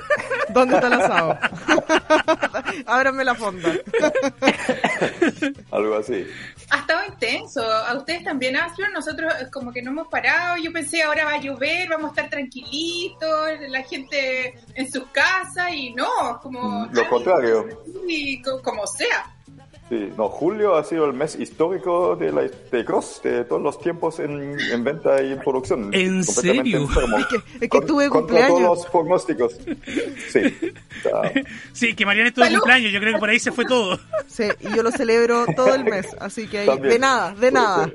C: ¿Dónde está el asado? Ábrame la fonda.
F: Algo así.
E: Ha estado intenso. A ustedes también, Astro. Nosotros eh, como que no hemos parado. Yo pensé, ahora va a llover, vamos a estar tranquilitos, la gente en sus casas. Y no, como...
F: Lo contrario.
E: Y co- como sea.
F: Sí, no, julio ha sido el mes histórico de, la, de Cross, de todos los tiempos en, en venta y en producción.
B: ¿En
F: Completamente
B: serio?
F: enfermo.
C: Es que- es que tuve
F: contra
C: cumpleaños.
F: todos los pronósticos. Sí. O sea,
B: Sí, que Mariana estuvo de
E: ¡Salud!
B: cumpleaños, yo creo que por ahí se fue todo.
C: Sí, y yo lo celebro todo el mes, así que ahí-
F: También.
C: de nada, de nada.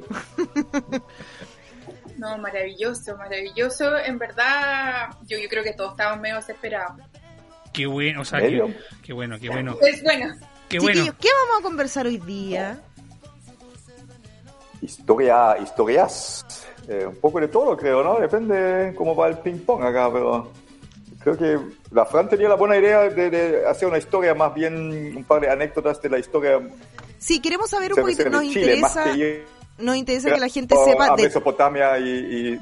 E: No, maravilloso, maravilloso. En verdad, yo, yo creo que todos estábamos medio desesperados.
B: Qué bueno, o sea,
F: ¿Medio?
B: qué, qué bueno, qué bueno.
E: Es bueno.
B: Qué
C: Chiquillos,
B: bueno.
C: ¿qué vamos a conversar hoy día?
F: historia, historias. eh, un poco de todo, creo, ¿no? Depende cómo va el ping-pong acá, pero creo que la Fran tenía la buena idea de, de hacer una historia, más bien un par de anécdotas de la historia.
C: Sí, queremos saber un
F: cervecera
C: poquito,
F: de
C: nos
F: Chile, más
C: interesa,
F: que Oh,
C: nos interesa
F: ir
C: que la gente
F: a-
C: sepa
F: a
C: de
F: Mesopotamia y, y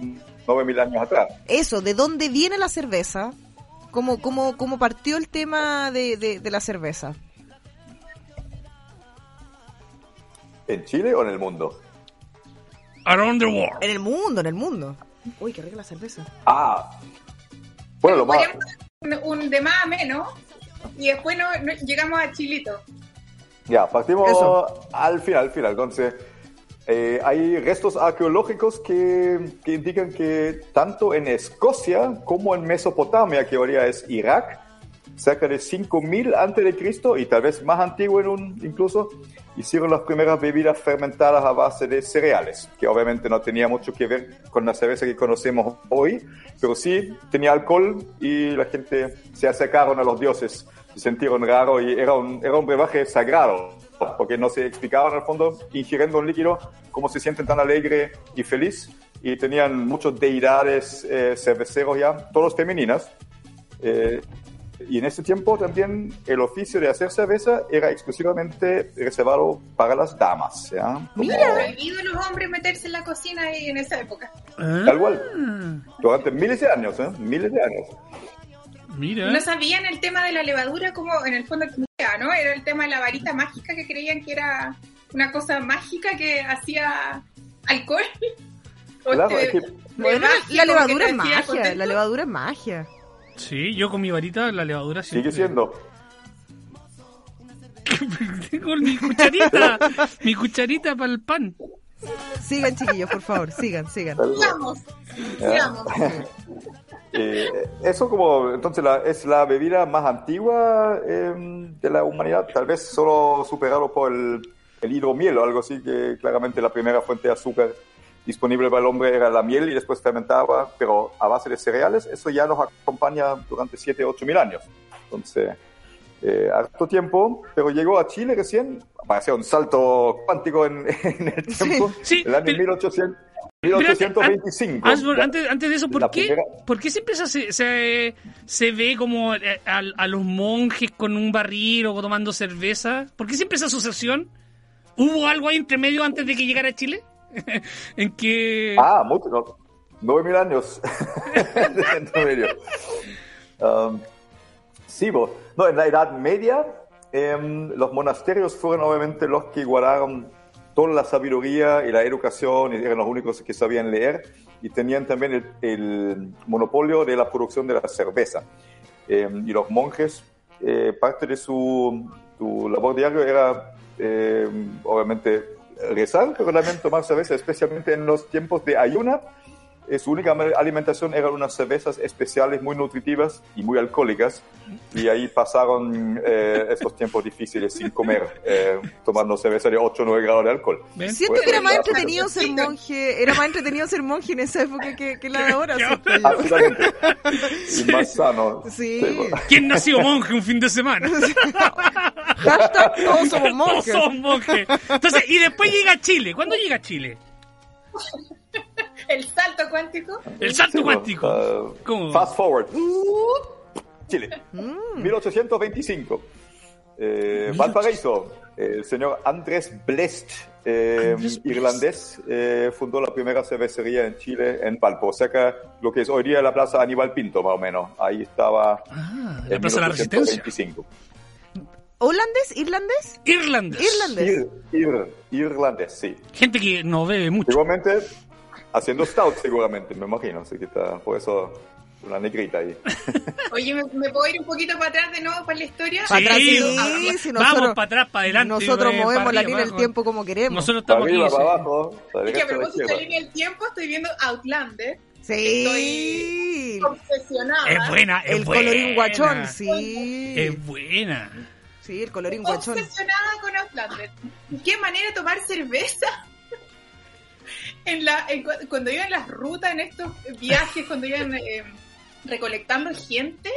F: 9.000 años atrás.
C: eso, de dónde viene la cerveza, cómo, cómo, cómo partió el tema de, de- de la cerveza.
F: ¿En Chile o en el mundo?
B: Around the world.
C: En el mundo, en el mundo. Uy, qué rica la cerveza.
F: Ah. Bueno, lo más.
E: Podríamos hacer Un, un de más a menos. Y después no, no- llegamos a Chilito.
F: Ya, partimos
C: Eso.
F: al final, al final. Entonces, eh, hay restos arqueológicos que, que indican que tanto en Escocia como en Mesopotamia, que ahora es Irak, cerca de 5000 antes de Cristo y tal vez más antiguo en un, incluso, hicieron las primeras bebidas fermentadas a base de cereales, que obviamente no tenía mucho que ver con la cerveza que conocemos hoy, pero sí tenía alcohol y la gente se acercaron a los dioses, se sintieron raro y era un, era un brebaje sagrado, porque no se explicaban al fondo, ingiriendo un líquido, cómo se sienten tan alegre y feliz, y tenían muchos deidades eh, cerveceros ya, todos femeninas, eh, y en ese tiempo también el oficio de hacer cerveza era exclusivamente reservado para las damas. ¿ya? Como-
E: Prohibido a los hombres meterse en la cocina ahí en esa época.
F: Ah. Tal cual. Durante miles de años, ¿eh? Miles de años.
B: Mira.
E: No sabían el tema de la levadura como en el fondo que era, ¿no? Era el tema de la varita mágica que creían que era una cosa mágica que hacía alcohol. O
F: Claro,
E: este-
F: es que-
E: de
C: Bueno,
E: magia,
C: la
E: como que
C: levadura
E: te
C: es
E: hacía
C: magia,
E: contento.
C: la levadura es magia.
B: Sí, yo con mi varita la levadura siempre-
F: Sigue siendo.
B: con mi cucharita, mi cucharita para el pan.
C: Sigan, chiquillos, por favor, sigan, sigan.
E: Sigamos, sigamos.
C: Ah.
F: Eh, eso como, entonces la- es la bebida más antigua eh, de la humanidad, tal vez solo superado por el, el hidromiel o algo así, que claramente la primera fuente de azúcar disponible para el hombre era la miel y después fermentaba, pero a base de cereales, eso ya nos acompaña durante 7, 8 mil años. Entonces, eh, harto tiempo, pero llegó a Chile recién, para hacer un salto cuántico en, en el tiempo,
B: Sí,
F: el año
B: pero-
F: 1800,
B: Pero antes-
F: 1825.
B: Asbor, ah, antes, antes de eso, ¿por
F: La
B: qué,
F: primera-
B: por qué siempre se, se, se ve como eh, a, a los monjes con un barril o tomando cerveza? ¿Por qué siempre esa asociación? ¿Hubo algo ahí entre medio antes de que llegara a Chile? en que...
F: Ah, mucho. No, 9000 años. Dentro medio. Um, sí, bo. No, en la Edad Media, em, los monasterios fueron obviamente los que guardaron toda la sabiduría y la educación, y eran los únicos que sabían leer, y tenían también el, el monopolio de la producción de la cerveza. Em, y los monjes, eh, parte de su, su labor diario era, em, obviamente, rezar, pero también tomar cerveza, especialmente en los tiempos de ayuna. Eh, su única ma- alimentación eran unas cervezas especiales muy nutritivas y muy alcohólicas. Y ahí pasaron eh, estos tiempos difíciles sin comer, eh, tomando cerveza de 8 o 9 grados de alcohol.
B: ¿ven?
C: Siento que era más entretenido ser monje, era más entretenido ser monje en esa época que, que la de ahora. siento yo.
F: Absolutamente. Y más sano.
C: Sí.
F: bueno.
B: ¿Quién nació monje un fin de semana?
C: Hashtag todos somos monjes.
B: Todos son monjes. Entonces, y después llega a Chile. ¿Cuándo llega a Chile?
E: El salto cuántico.
B: El salto
F: Sí, bueno,
B: cuántico.
F: eh,
B: ¿Cómo?
F: Fast forward. Chile.
C: Mm.
F: 1825. Eh, Valparaíso. El señor Andrés Blest, eh,
B: Andrés Blest.
F: irlandés, eh, fundó la primera cervecería en Chile, en Valpo. O sea que lo que es hoy día la Plaza Aníbal Pinto, más o menos. Ahí estaba.
B: Ah, la
F: en
B: Plaza de la Resistencia.
F: 1825.
C: ¿Holandés? ¿Irlandés?
B: Irlandes.
C: Irlandés.
F: Ir- ir- irlandés, sí.
B: Gente que no bebe mucho.
F: Igualmente, haciendo stout, seguramente, me imagino. Así que está, por eso, una negrita ahí.
E: Oye, ¿me, me puedo ir un poquito para atrás de nuevo para la historia?
B: Sí,
C: atrás, sí,
B: vamos,
C: sí,
B: vamos
C: nosotros-
B: para atrás, para adelante.
C: Nosotros
B: eh,
C: movemos
B: para
C: la
B: arriba,
C: línea del
B: abajo.
C: tiempo como queremos.
B: Nosotros
F: Para
B: estamos
F: arriba,
B: aquí.
F: para
B: sí.
F: abajo,
E: Es
F: para
E: que a
F: derecha, para
E: propósito de
F: izquierda.
E: línea del tiempo, estoy viendo Outlander.
C: Sí.
E: Obsesionada.
B: Es buena, es
C: El
B: buena.
C: colorín guachón, sí.
B: Es buena.
C: Sí, el colorín guachón.
E: Obsesionada con Outlander. ¿Qué manera de tomar cerveza? En la, en cu- cuando iba en las rutas, en estos viajes, cuando iban eh, recolectando gente,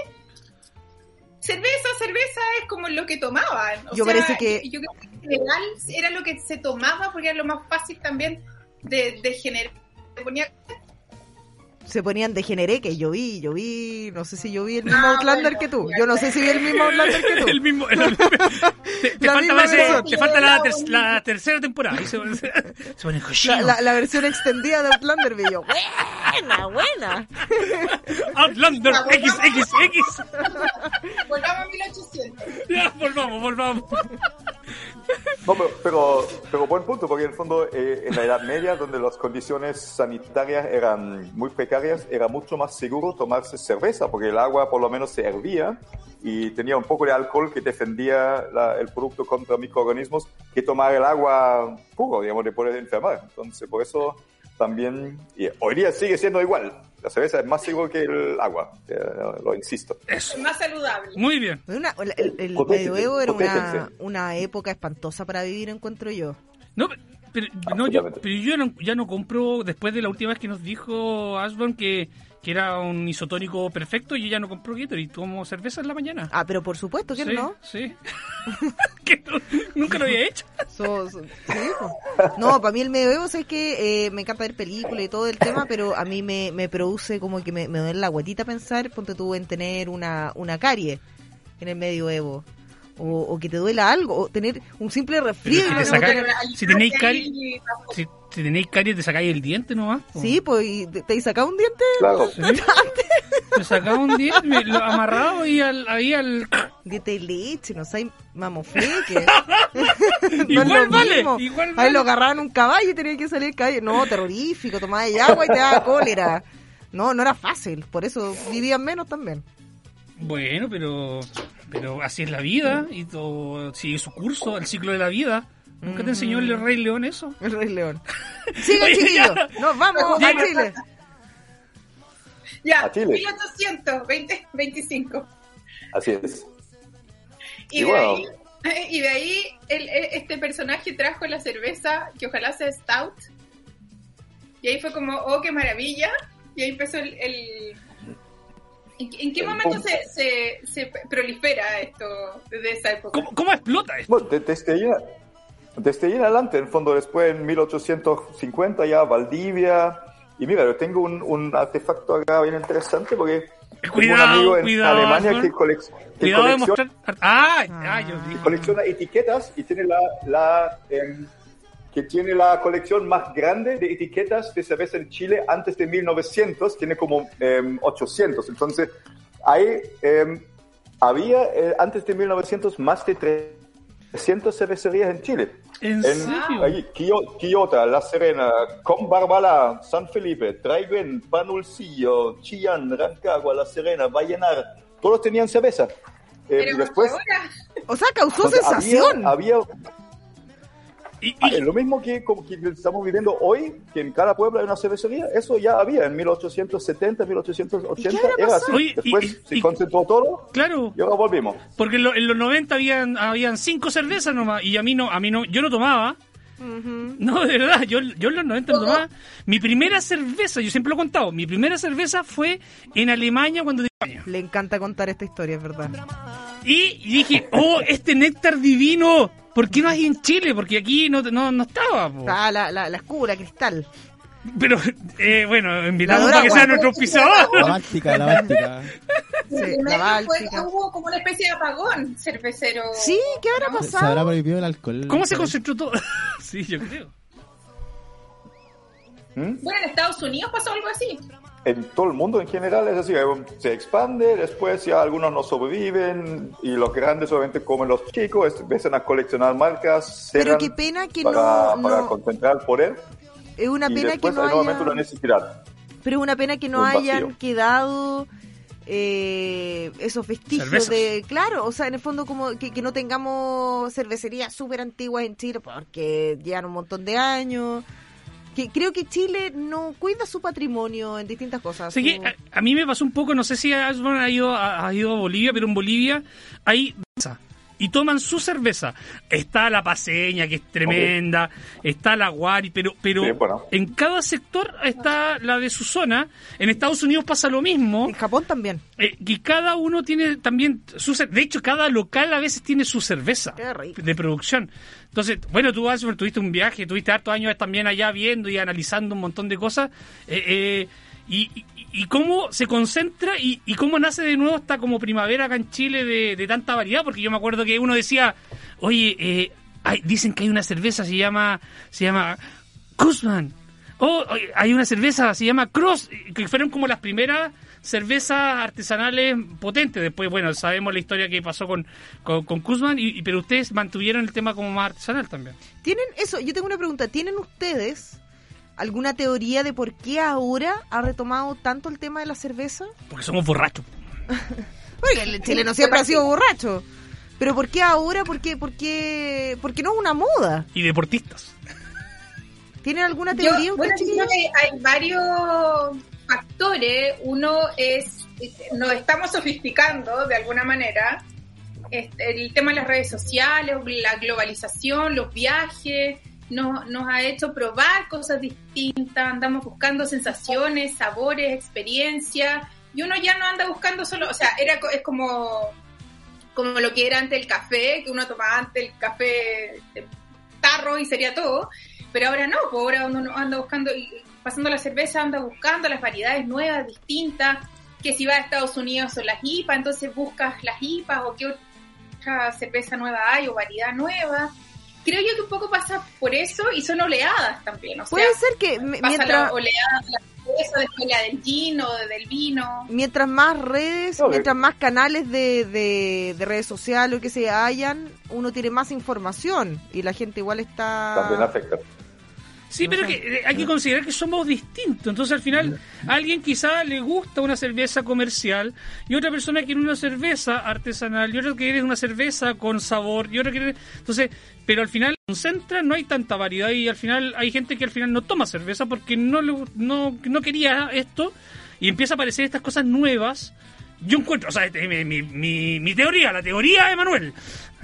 E: cerveza, cerveza es como lo que tomaban. O
C: Yo
E: sea,
C: parece que-
E: Yo creo que en general era lo que se tomaba porque era lo más fácil también de, de generar. Se ponía
C: Se ponían de genereque, yo vi, yo vi, no sé si yo vi el mismo
E: Ah,
C: Outlander
E: bueno,
C: que tú.
E: ya
C: Yo no sé si vi el mismo Outlander que tú.
B: El mismo. el- te, te
C: La
B: falta,
C: misma
B: ese-
C: versión.
B: te falta la, ter- la tercera temporada. Ahí se, se pone
C: La,
B: cochino.
C: la- la versión extendida de Outlander vi yo.
B: Outlander
E: La-
B: XXX.
E: Volvamos a 1800.
B: Ya, volvamos, volvamos.
F: No, pero, pero, pero buen punto, porque en el fondo eh, en la Edad Media, donde las condiciones sanitarias eran muy precarias, era mucho más seguro tomarse cerveza, porque el agua por lo menos se hervía y tenía un poco de alcohol que defendía la- el producto contra microorganismos que tomar el agua puro, digamos, de poder enfermar. Entonces, por eso también, y hoy día sigue siendo igual, la cerveza es más seguro que el agua, eh, lo insisto.
B: Eso.
E: Más saludable.
B: Muy bien.
C: Una- el el- el
F: Protéjense,
C: medioevo era una,
F: protéjense.
C: una época espantosa para vivir, encuentro yo.
B: No, pero, no, yo,
F: Absolutamente.
B: pero yo no- ya no compro, después de la última vez que nos dijo Ashburn que, que era un isotónico perfecto, yo ya no compro Gatorade y tomo cerveza en la mañana.
C: Ah, pero por supuesto que
B: sí,
C: no.
B: Sí. que no- nunca lo había hecho.
C: So- so- sí, po. No, para mí el medioevo, es que eh, me encanta ver películas y todo el tema, pero a mí me, me produce como que me, me duele la guatita pensar, ponte tú en tener una, una carie en el medioevo. O, o que te duela algo, o tener un simple resfrío.
B: Pero
C: y
B: si
C: no
B: te
C: tengo
B: saca-
C: tener-
B: si tenéis cari-
E: Ahí,
B: Si, si tenéis caries, te sacáis el diente nomás. po.
C: Sí, pues, y te, te sacaba un diente.
F: Claro.
B: Sí. Me sacaba un diente, me lo amarrado y al, ahí al.
C: Diente de leche, no sé, mamofleque.
B: Igual vale, igual
C: Ahí
B: vale.
C: lo agarraban un caballo y tenía que salir calle. No, terrorífico, tomaba agua y te daba cólera. No, no era fácil, por eso vivían menos también.
B: Bueno, pero, pero así es la vida y todo sigue su curso, el ciclo de la vida. ¿Nunca te enseñó el
C: Mm.
B: Rey León eso?
C: El Rey León. Sigan,
B: Oye,
C: chiquillos.
B: ya.
C: Nos vamos
B: Ya,
C: a
B: ya.
C: Chile.
E: Ya,
F: A Chile.
E: 1800, 20, 25.
F: Así es.
E: Y,
F: Y
E: de
F: bueno.
E: ahí, y de ahí el- e- este personaje trajo la cerveza que ojalá sea Stout. Y ahí fue como, oh, qué maravilla. Y ahí empezó el... el- ¿En, qué- en qué
F: El
E: momento
F: boom.
E: se, se, se prolifera esto desde esa época?
B: ¿Cómo, cómo explota esto?
F: Bueno, de- desde ahí, desde ahí en adelante, en el fondo, después en 1850 ya Valdivia. Y mira, yo tengo un, un artefacto acá bien interesante porque tengo un
B: Cuidado,
F: amigo en
B: cuidado,
F: Alemania
B: Arthur.
F: que, colec- que
B: Cuidado de
F: colecciona
B: mostrar. Ah, ah, yo
F: que
B: digo.
F: colecciona etiquetas y tiene la, la em, que tiene la colección más grande de etiquetas de cerveza en Chile antes de 1900, tiene como em, 800. Entonces, hay, em, había eh, antes de 1900 más de 300 cervecerías en Chile.
B: ¿En
F: En
B: serio?
F: ahí, Quio- Quillota, La Serena, Combarbalá, San Felipe, Traigüen, Panulcillo, Chillán, Rancagua, La Serena, Vallenar, todos tenían cerveza. Em,
E: Pero
F: y después,
E: ahora,
C: O sea, causó
F: entonces,
C: sensación.
F: Había,
B: Y- y-
F: había- lo mismo que, como que estamos viviendo hoy, que en cada pueblo hay una cervecería, eso ya había en 1870, 1880.
C: ¿Y qué habrá
F: Era así.
B: pasado? Oye, y-
F: Después
B: y-
F: se
B: y-
F: concentró todo
B: claro,
F: y ahora volvimos.
B: porque en, lo- en los 90 habían, habían cinco cervezas nomás y a mí no, a mí no, yo no tomaba.
C: Ujú.
B: No, de verdad, yo, yo en los 90 no tomaba. Mi primera cerveza, yo siempre lo he contado, mi primera cerveza fue en Alemania cuando tenía años.
C: Le encanta contar esta historia, es verdad.
B: Y dije, oh, este néctar divino, ¿por qué no hay en Chile? Porque aquí no, no, no estaba. po.
C: Está la, la, la escura, cristal.
B: Pero, eh, bueno, invitamos
C: La
B: para que sea
C: Doragua.
B: nuestro
D: La
B: auspiciador.
D: báltica, la báctica.
C: Sí,
E: primero
C: la
E: fue-
C: báltica.
E: hubo como una especie de apagón cervecero.
C: Sí, ¿qué habrá
D: Se habrá
C: pasado?
D: prohibido el alcohol.
B: ¿Cómo se concentró todo? sí, yo creo.
F: ¿Mm?
E: Bueno, en Estados Unidos pasó algo así.
F: En todo el mundo en general es así, eh, se expande, después ya algunos no sobreviven y los grandes solamente comen los chicos, es- empiezan a coleccionar marcas,
C: Pero
F: cerran
C: qué pena que
F: para,
C: no.
F: para
C: no-
F: concentrar el poder
C: Es una
F: y
C: pena que
F: después
C: no
F: hay nuevamente una
C: haya.
F: necesidad.
C: Pero es una pena que no
F: Un vacío.
C: hayan quedado eh, esos vestigios
B: Cervezas.
C: de. Claro, o sea, en el fondo, como que, que no tengamos cervecerías súper antiguas en Chile porque llevan un montón de años. Que creo que Chile no cuida su patrimonio en distintas cosas.
B: Así que ah,
C: su-
B: a, a mí me pasó un poco, no sé si has bueno, ha ido, ha, ha ido a Bolivia, pero en Bolivia hay cerveza. Y toman su cerveza. Está la paseña, que es tremenda. Está la guari, pero, pero
F: Sí, bueno.
B: en cada sector está la de su zona. En Estados Unidos pasa lo mismo.
C: En Japón también.
B: Eh, y cada uno tiene también su cer- de hecho cada local a veces tiene su cerveza
C: Qué rico.
B: de producción entonces bueno tú Ashford, tuviste un viaje tuviste hartos años también allá viendo y analizando un montón de cosas eh, eh, y, y- y cómo se concentra y, y cómo nace de nuevo esta como primavera acá en Chile de, de tanta variedad porque yo me acuerdo que uno decía oye eh, hay- dicen que hay una cerveza se llama se llama Guzmán Oh, oye, hay una cerveza, se llama Cross, que fueron como las primeras cervezas artesanales potentes. Después, bueno, sabemos la historia que pasó con, con, con Kuzman, y, y- pero ustedes mantuvieron el tema como más artesanal también.
C: ¿Tienen eso? Yo tengo una pregunta. ¿Tienen ustedes alguna teoría de por qué ahora ha retomado tanto el tema de la cerveza?
B: Porque somos borrachos.
C: Porque el chileno siempre ha sido borracho. Pero ¿por qué ahora? ¿Por qué? ¿Por qué? Porque no es una moda.
B: Y deportistas.
C: ¿Tienen alguna
E: Yo-
C: teoría
E: bueno,
C: ustedes,
E: yo creo
C: chiquillos?
E: que hay varios factores. Uno es, nos estamos sofisticando de alguna manera. Este, el tema de las redes sociales, la globalización, los viajes, nos, nos ha hecho probar cosas distintas, andamos buscando sensaciones, sabores, experiencias, y uno ya no anda buscando solo, o sea, era, co- es como, como lo que era antes el café, que uno tomaba antes el café este, tarro y sería todo, pero ahora no, pues ahora uno no- anda buscando, y pasando la cerveza, anda buscando las variedades nuevas, distintas, que si va a Estados Unidos son las IPA, entonces buscas las IPA o qué otra cerveza nueva hay o variedad nueva. Creo yo que un poco pasa por eso y son oleadas también, o sea,
B: Pues,
C: Puede ser que m-
E: pasa la
C: mientras,
E: oleada de la cerveza, después la del gin o del vino.
C: mientras más redes,
F: No, eh. que-
C: mientras más canales de, de, de redes sociales o que se hayan, uno tiene más información y la gente igual
F: También
C: está...
F: afecta.
B: Sí, pero que eh, hay que considerar que somos distintos. Entonces, al final, a alguien quizá le gusta una cerveza comercial y otra persona quiere una cerveza artesanal y otra quiere una cerveza con sabor y otra quiere... Entonces, pero al final concentra, no hay tanta variedad y al final hay gente que al final no toma cerveza porque no, le- no, no quería esto y empieza a aparecer estas cosas nuevas. Yo encuentro, o sea, este, mi, mi- mi- mi teoría, la teoría de Manuel,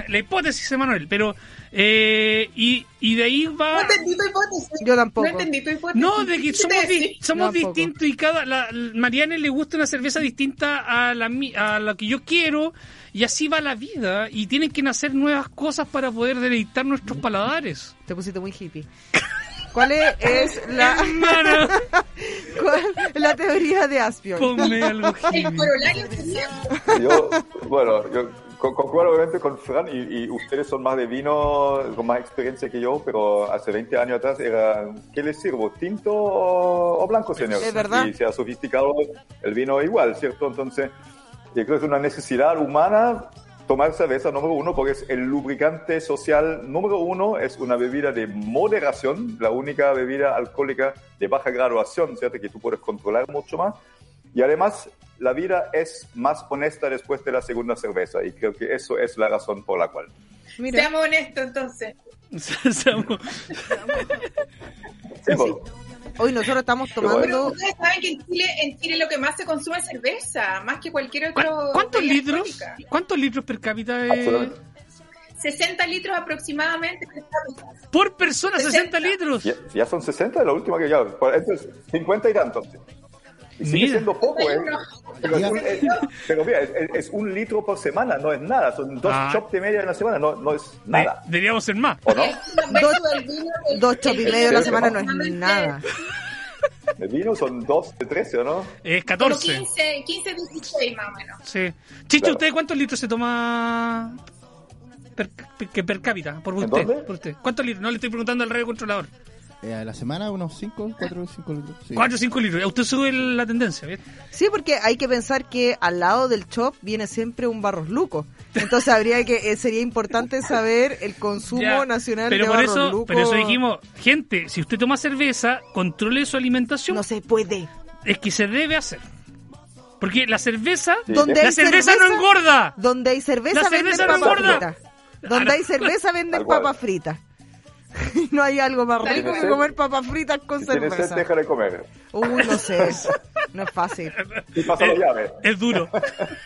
B: la hipótesis de Manuel, pero... eh, y, y de ahí va...
E: No entendí tu hipótesis.
C: Yo tampoco.
E: No entendí tu hipótesis.
B: No, de que
E: ¿Qué
B: somos,
E: te
B: di-
E: decís?
B: somos
C: Tampoco.
B: distintos y cada la, la- Marianne le gusta una cerveza distinta a la mi- a la que yo quiero y así va la vida y tienen que nacer nuevas cosas para poder deleitar nuestros paladares.
C: Te pusiste muy hippie. ¿Cuál es, es la,
B: Hermana,
C: cuál es la teoría de Aspion?
B: ponme algo
E: El
B: Jimmy.
E: corolario sería
F: Yo, bueno, yo co- concuerdo obviamente con Fran y, y ustedes son más de vino, con más experiencia que yo, pero hace 20 años atrás era, ¿qué les sirvo? ¿Tinto o, o blanco, señor?
C: Es verdad.
F: Y se ha sofisticado el vino igual, ¿cierto? Entonces, yo creo que es una necesidad humana tomar cerveza número uno porque es el lubricante social número uno, es una bebida de moderación, la única bebida alcohólica de baja graduación, ¿cierto? Que tú puedes controlar mucho más. Y además, la vida es más honesta después de la segunda cerveza. Y creo que eso es la razón por la cual.
C: Mira,
E: Seamos honestos entonces.
B: Somos-
F: Sí, bueno.
C: hoy nosotros estamos tomando
E: Ustedes saben que en Chile, en Chile lo que más se consume es cerveza, más que cualquier
B: ¿Cu-
E: otro.
B: ¿Cuántos
E: bebida
B: litros?
E: alcohólica.
B: ¿Cuántos litros per cápita de-
F: Absolutamente.
E: 60 litros aproximadamente.
B: por persona? 60
E: 60.
B: litros.
F: Ya, ya son 60 la última que ya. por- esto es 50 y tanto. Y sigue
B: Mira.
F: siendo poco, ¿eh?
E: Bueno.
F: Pero, es un, es- pero mira, es, es- es un litro por semana, no es nada. Son dos
B: Ah.
F: chops de media en la semana, no, no es
B: De-
F: nada.
B: Eh, deberíamos ser más.
F: ¿O no?
E: Versus el vino del-
C: dos chops y
E: el-
C: medio a la
F: Sí,
C: semana, no
E: aproximadamente
C: es nada.
F: El vino son dos de 13, ¿o no?
B: Es
E: Como
B: 14.
E: 15, 15, 16 más o menos.
B: Sí. Chicho,
F: Claro.
B: ¿usted cuántos litros se toma per, per- que per cápita? Por usted,
F: dónde?
B: por usted. ¿Cuántos litros? No le estoy preguntando al radio controlador.
D: Eh, a la semana unos 5, 4, 5 litros. Sí.
B: 4 o 5 litros. Usted sube el- la tendencia, ¿ves?
C: Sí, porque hay que pensar que al lado del chop viene siempre un barros luco. Entonces habría que eh, sería importante saber el consumo
B: Ya.
C: nacional
B: pero
C: de
B: por
C: barros
B: eso,
C: luco.
B: Pero eso dijimos, gente, si usted toma cerveza, controle su alimentación.
C: no se puede.
B: Es que se debe hacer. Porque la cerveza...
F: Sí.
C: Donde
F: La
B: ¡La
C: hay
B: cerveza, no engorda!
C: Donde hay cerveza
B: La
C: venden
B: cerveza no
C: papas
B: engorda.
C: fritas. Donde hay cerveza
F: Tal
C: venden
F: cual.
C: papas fritas. No hay algo más
E: Tal
C: rico
F: cual.
C: que comer papas fritas con
F: Si tienes sed,
C: cerveza.
F: deja de comer.
C: Uy, no sé. No es fácil.
F: Y pasa la
B: Eh,
F: llave.
B: Es duro.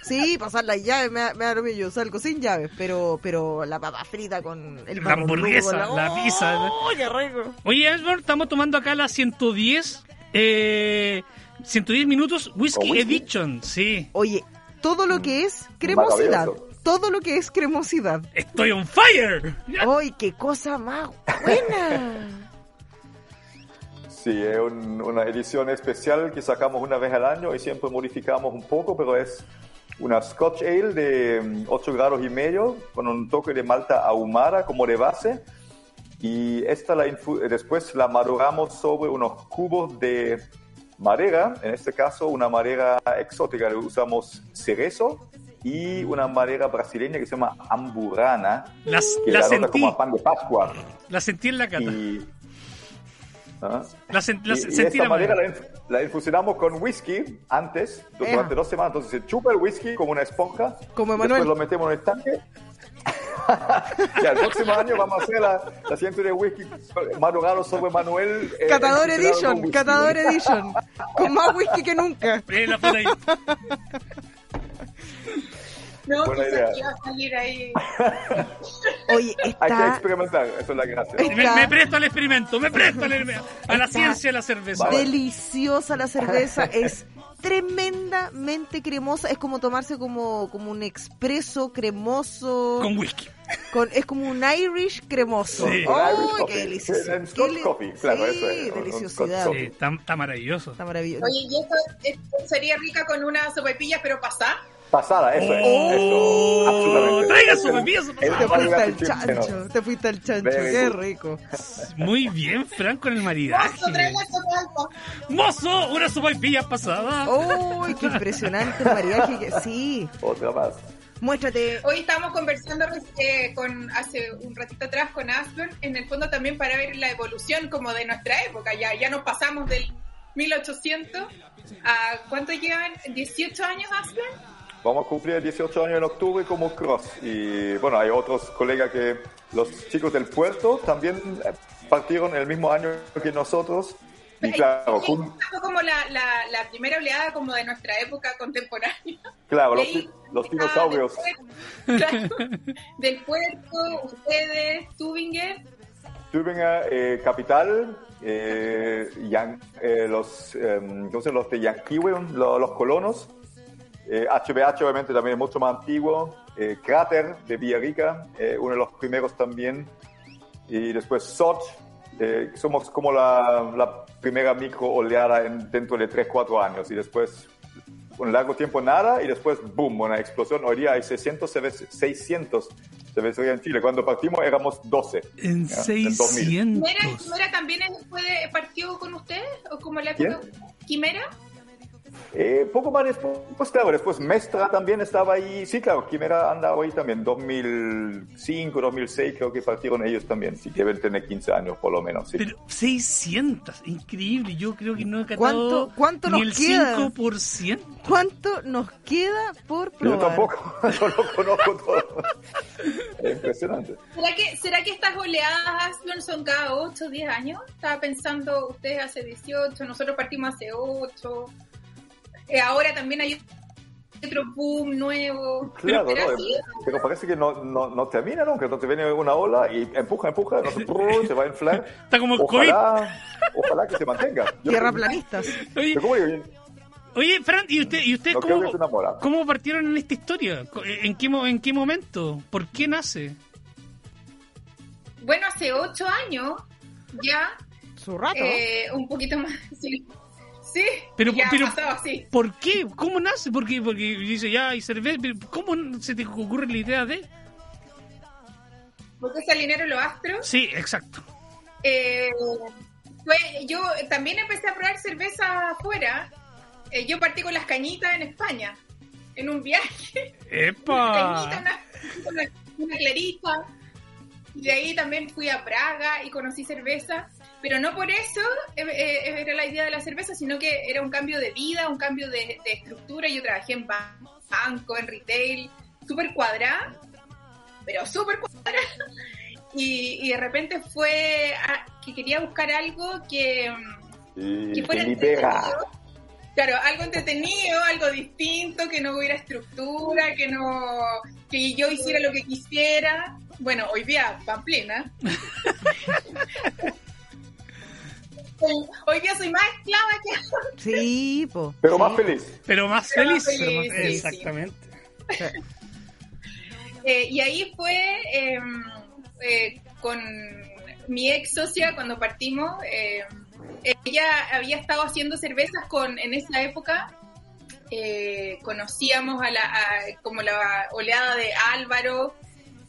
C: Sí, pasar las llaves me, da- me da lo mismo. Yo salgo sin llaves, pero, pero la papa frita con el
B: La hamburguesa,
C: barro luco,
B: la pizza.
C: ¡Oh, qué rico!
B: Oye, Ashburn, estamos tomando acá la 110... Eh, 110 minutos Whiskey,
F: ¿Con whisky?
B: Edition, sí.
C: Oye, todo lo que es cremosidad.
F: Mm, Maravilloso.
C: Todo lo que es cremosidad.
B: Estoy on fire.
C: ¡Ay, qué cosa más buena!
F: Sí, es un- una edición especial que sacamos una vez al año y siempre modificamos un poco, pero es una Scotch Ale de mm, 8 grados y medio con un toque de malta ahumada como de base. Y esta la infu- eh, después la maduramos sobre unos cubos de madera, en este caso una madera exótica, le usamos cerezo y una madera brasileña que se llama amburana,
B: Las,
F: que
B: la
F: la nota
B: sentí,
F: como a pan de Pascua.
B: la sentí en la cata.
F: Y, ¿Ah?
B: La, sen- la
F: Y,
B: sen-
F: y de
B: sentí
F: esta
B: la
F: manera
B: manera.
F: la, inf- la infusionamos con whisky antes, du-
C: Ea.
F: durante dos semanas. Entonces se chupa el whisky como una esponja.
C: Como
F: y
C: Emanuel.
F: Después lo metemos en el tanque. y al próximo año vamos a hacer la, la siguiente de whisky madrugado sobre Manuel. eh,
C: Catador
F: infusionado con
C: Edition,
F: whisky.
C: Catador Edition. Con más whisky que nunca.
B: Eh, la foto ahí.
E: No,
F: Buena
E: quizás
F: idea.
E: que iba a salir ahí.
C: Oye,
F: Hay que
C: está
F: experimentar, eso es la gracia.
C: Ey.
B: me, me presto al experimento, me presto al, a la
C: Está-
B: ciencia de la cerveza.
F: Vale.
C: deliciosa la cerveza. Es tremendamente cremosa. Es como tomarse como, como un expreso cremoso.
B: Con whisky.
C: Con- es como un Irish cremoso.
B: Sí.
C: ¡Ay,
F: Un Irish
C: qué
F: coffee.
C: delicioso!
F: Un Scotch
C: Qué le-
F: coffee, claro,
C: sí,
F: eso es, un- un
C: deliciosidad.
F: Scotch
B: Sí, Eh, está, está maravilloso.
C: Está maravilloso.
E: Oye, y esto, esto sería rica con una sopaipilla, pero pasá.
F: Pasada, eso es. Eso, absolutamente.
B: Traiga
F: Ese
B: su
F: es
B: bebida, su
F: el-
C: Te
B: pasada.
F: Valga
C: fuiste al
F: tu
C: chancho,
F: chino.
C: te fuiste al chancho,
F: Very
C: qué
F: good.
C: rico.
B: Muy bien, Franco con el maridaje.
E: Mozo, traiga esa palpa.
B: ¡Mozo! ¡Una sopaipilla pasada!
C: ¡Uy, qué impresionante el mariaje! que- Sí,
F: Otra más.
C: muéstrate.
E: Hoy estábamos conversando eh, con hace un ratito atrás con Aslan, en el fondo también para ver la evolución como de nuestra época. Ya, ya nos pasamos del 1800 a cuánto llevan 18 años Aslan.
F: Vamos a cumplir 18 años en octubre como Cross. Y bueno, hay otros colegas que los chicos del puerto también eh, partieron el mismo año que nosotros. Y claro,
E: Eh,
F: jun-
E: fue como la, la, la primera oleada como de nuestra época contemporánea.
F: claro los,
E: Sí,
F: di- los
E: ah,
F: dinosaurios.
E: del puerto, claro. del puerto, ustedes, Tübingen,
F: Tübingen, eh, capital, eh, Yan- eh, los, em, ¿cómo se llama? los de Yanquiwe, los, los colonos. Eh, HBH obviamente también es mucho más antiguo. Eh, Cráter de Villarica, eh, uno de los primeros también. Y después Sot, eh, somos como la, la primera micro oleada en- dentro de 3-4 años. Y después un largo tiempo nada y después boom, una explosión. Hoy día hay 600 cervecerías 600 cervecerías en Chile. Cuando partimos éramos 12.
B: En
F: Ya, en 2000.
B: 600.
E: Quimera, Quimera también es- puede- partió con ustedes o como la época Quimera
F: Eh, poco más después, pues claro, después Mestra también estaba ahí. Sí, claro, Quimera anda hoy también. 2005, 2006 creo que partieron ellos también. Sí, deben tener 15 años por lo menos. Sí.
B: Pero 600, increíble. Yo creo que no he catado
C: ¿Cuánto- cuánto
B: ni
C: nos
B: el
C: queda?
B: 5%.
C: ¿Cuánto nos queda por
F: Yo
C: probar?
F: tampoco, yo lo conozco todo. Es impresionante.
E: ¿Será que, ¿Será que estas oleadas Aslan son cada 8 o 10 años? Estaba pensando, ustedes hace 18, nosotros partimos hace 8. Eh, ahora también hay otro boom nuevo.
F: Claro,
E: ¿Será
F: no, eh,
E: así?
F: pero parece que no, no, no termina nunca. Entonces viene una ola y empuja, empuja, no se, prrr, se va a inflar.
B: Está como el
F: Ojalá, ojalá que se mantenga. Yo-
C: Tierra planistas.
B: Oye,
F: yo como digo,
B: oye, Fran, ¿y usted, y usted
F: No creo que se enamora.
B: cómo, cómo partieron en esta historia? Co- eh, ¿En qué, mo- ¿En qué momento? ¿Por qué nace?
E: Bueno, hace 8 años ya,
C: Su rato.
E: eh, un poquito más. Sí, sí
B: Pero-
E: ya
B: pero-
E: ha pasado así.
B: ¿Por qué? ¿Cómo nace? Porque, porque dice, ya hay cerveza. pero ¿Cómo se te ocurre la idea de...?
E: Porque se alinearon los astros.
B: Sí, exacto.
E: Eh, pues yo también empecé a probar cerveza afuera. Eh, yo partí con las cañitas en España, en un viaje. Una
B: ¡Epa!
E: cañita, una, una- una clarita. Y de ahí también fui a Praga y conocí cerveza. Pero no por eso eh, eh, era la idea de la cerveza, sino que era un cambio de vida, un cambio de, de estructura. Yo trabajé en ba- banco, en retail, súper cuadrada, pero súper cuadrada. Y, y de repente fue a- que quería buscar algo que... mm,
F: y
E: que
F: te
E: fuera
F: libera.
E: entretenido. Claro, algo entretenido, algo distinto, que no hubiera estructura, que no que yo hiciera lo que quisiera. Bueno, hoy día pamplina. hoy hoy día soy más esclava que
C: Sí, po.
F: Pero más
C: Sí.
F: feliz.
B: Pero más
E: Pero
B: feliz.
E: más feliz,
B: Pero más-
E: sí, sí.
B: Exactamente.
E: Eh, y ahí fue eh, eh, con mi ex socia cuando partimos. eh, ella había estado haciendo cervezas con en esa época. eh, conocíamos a la, a- como la oleada de Álvaro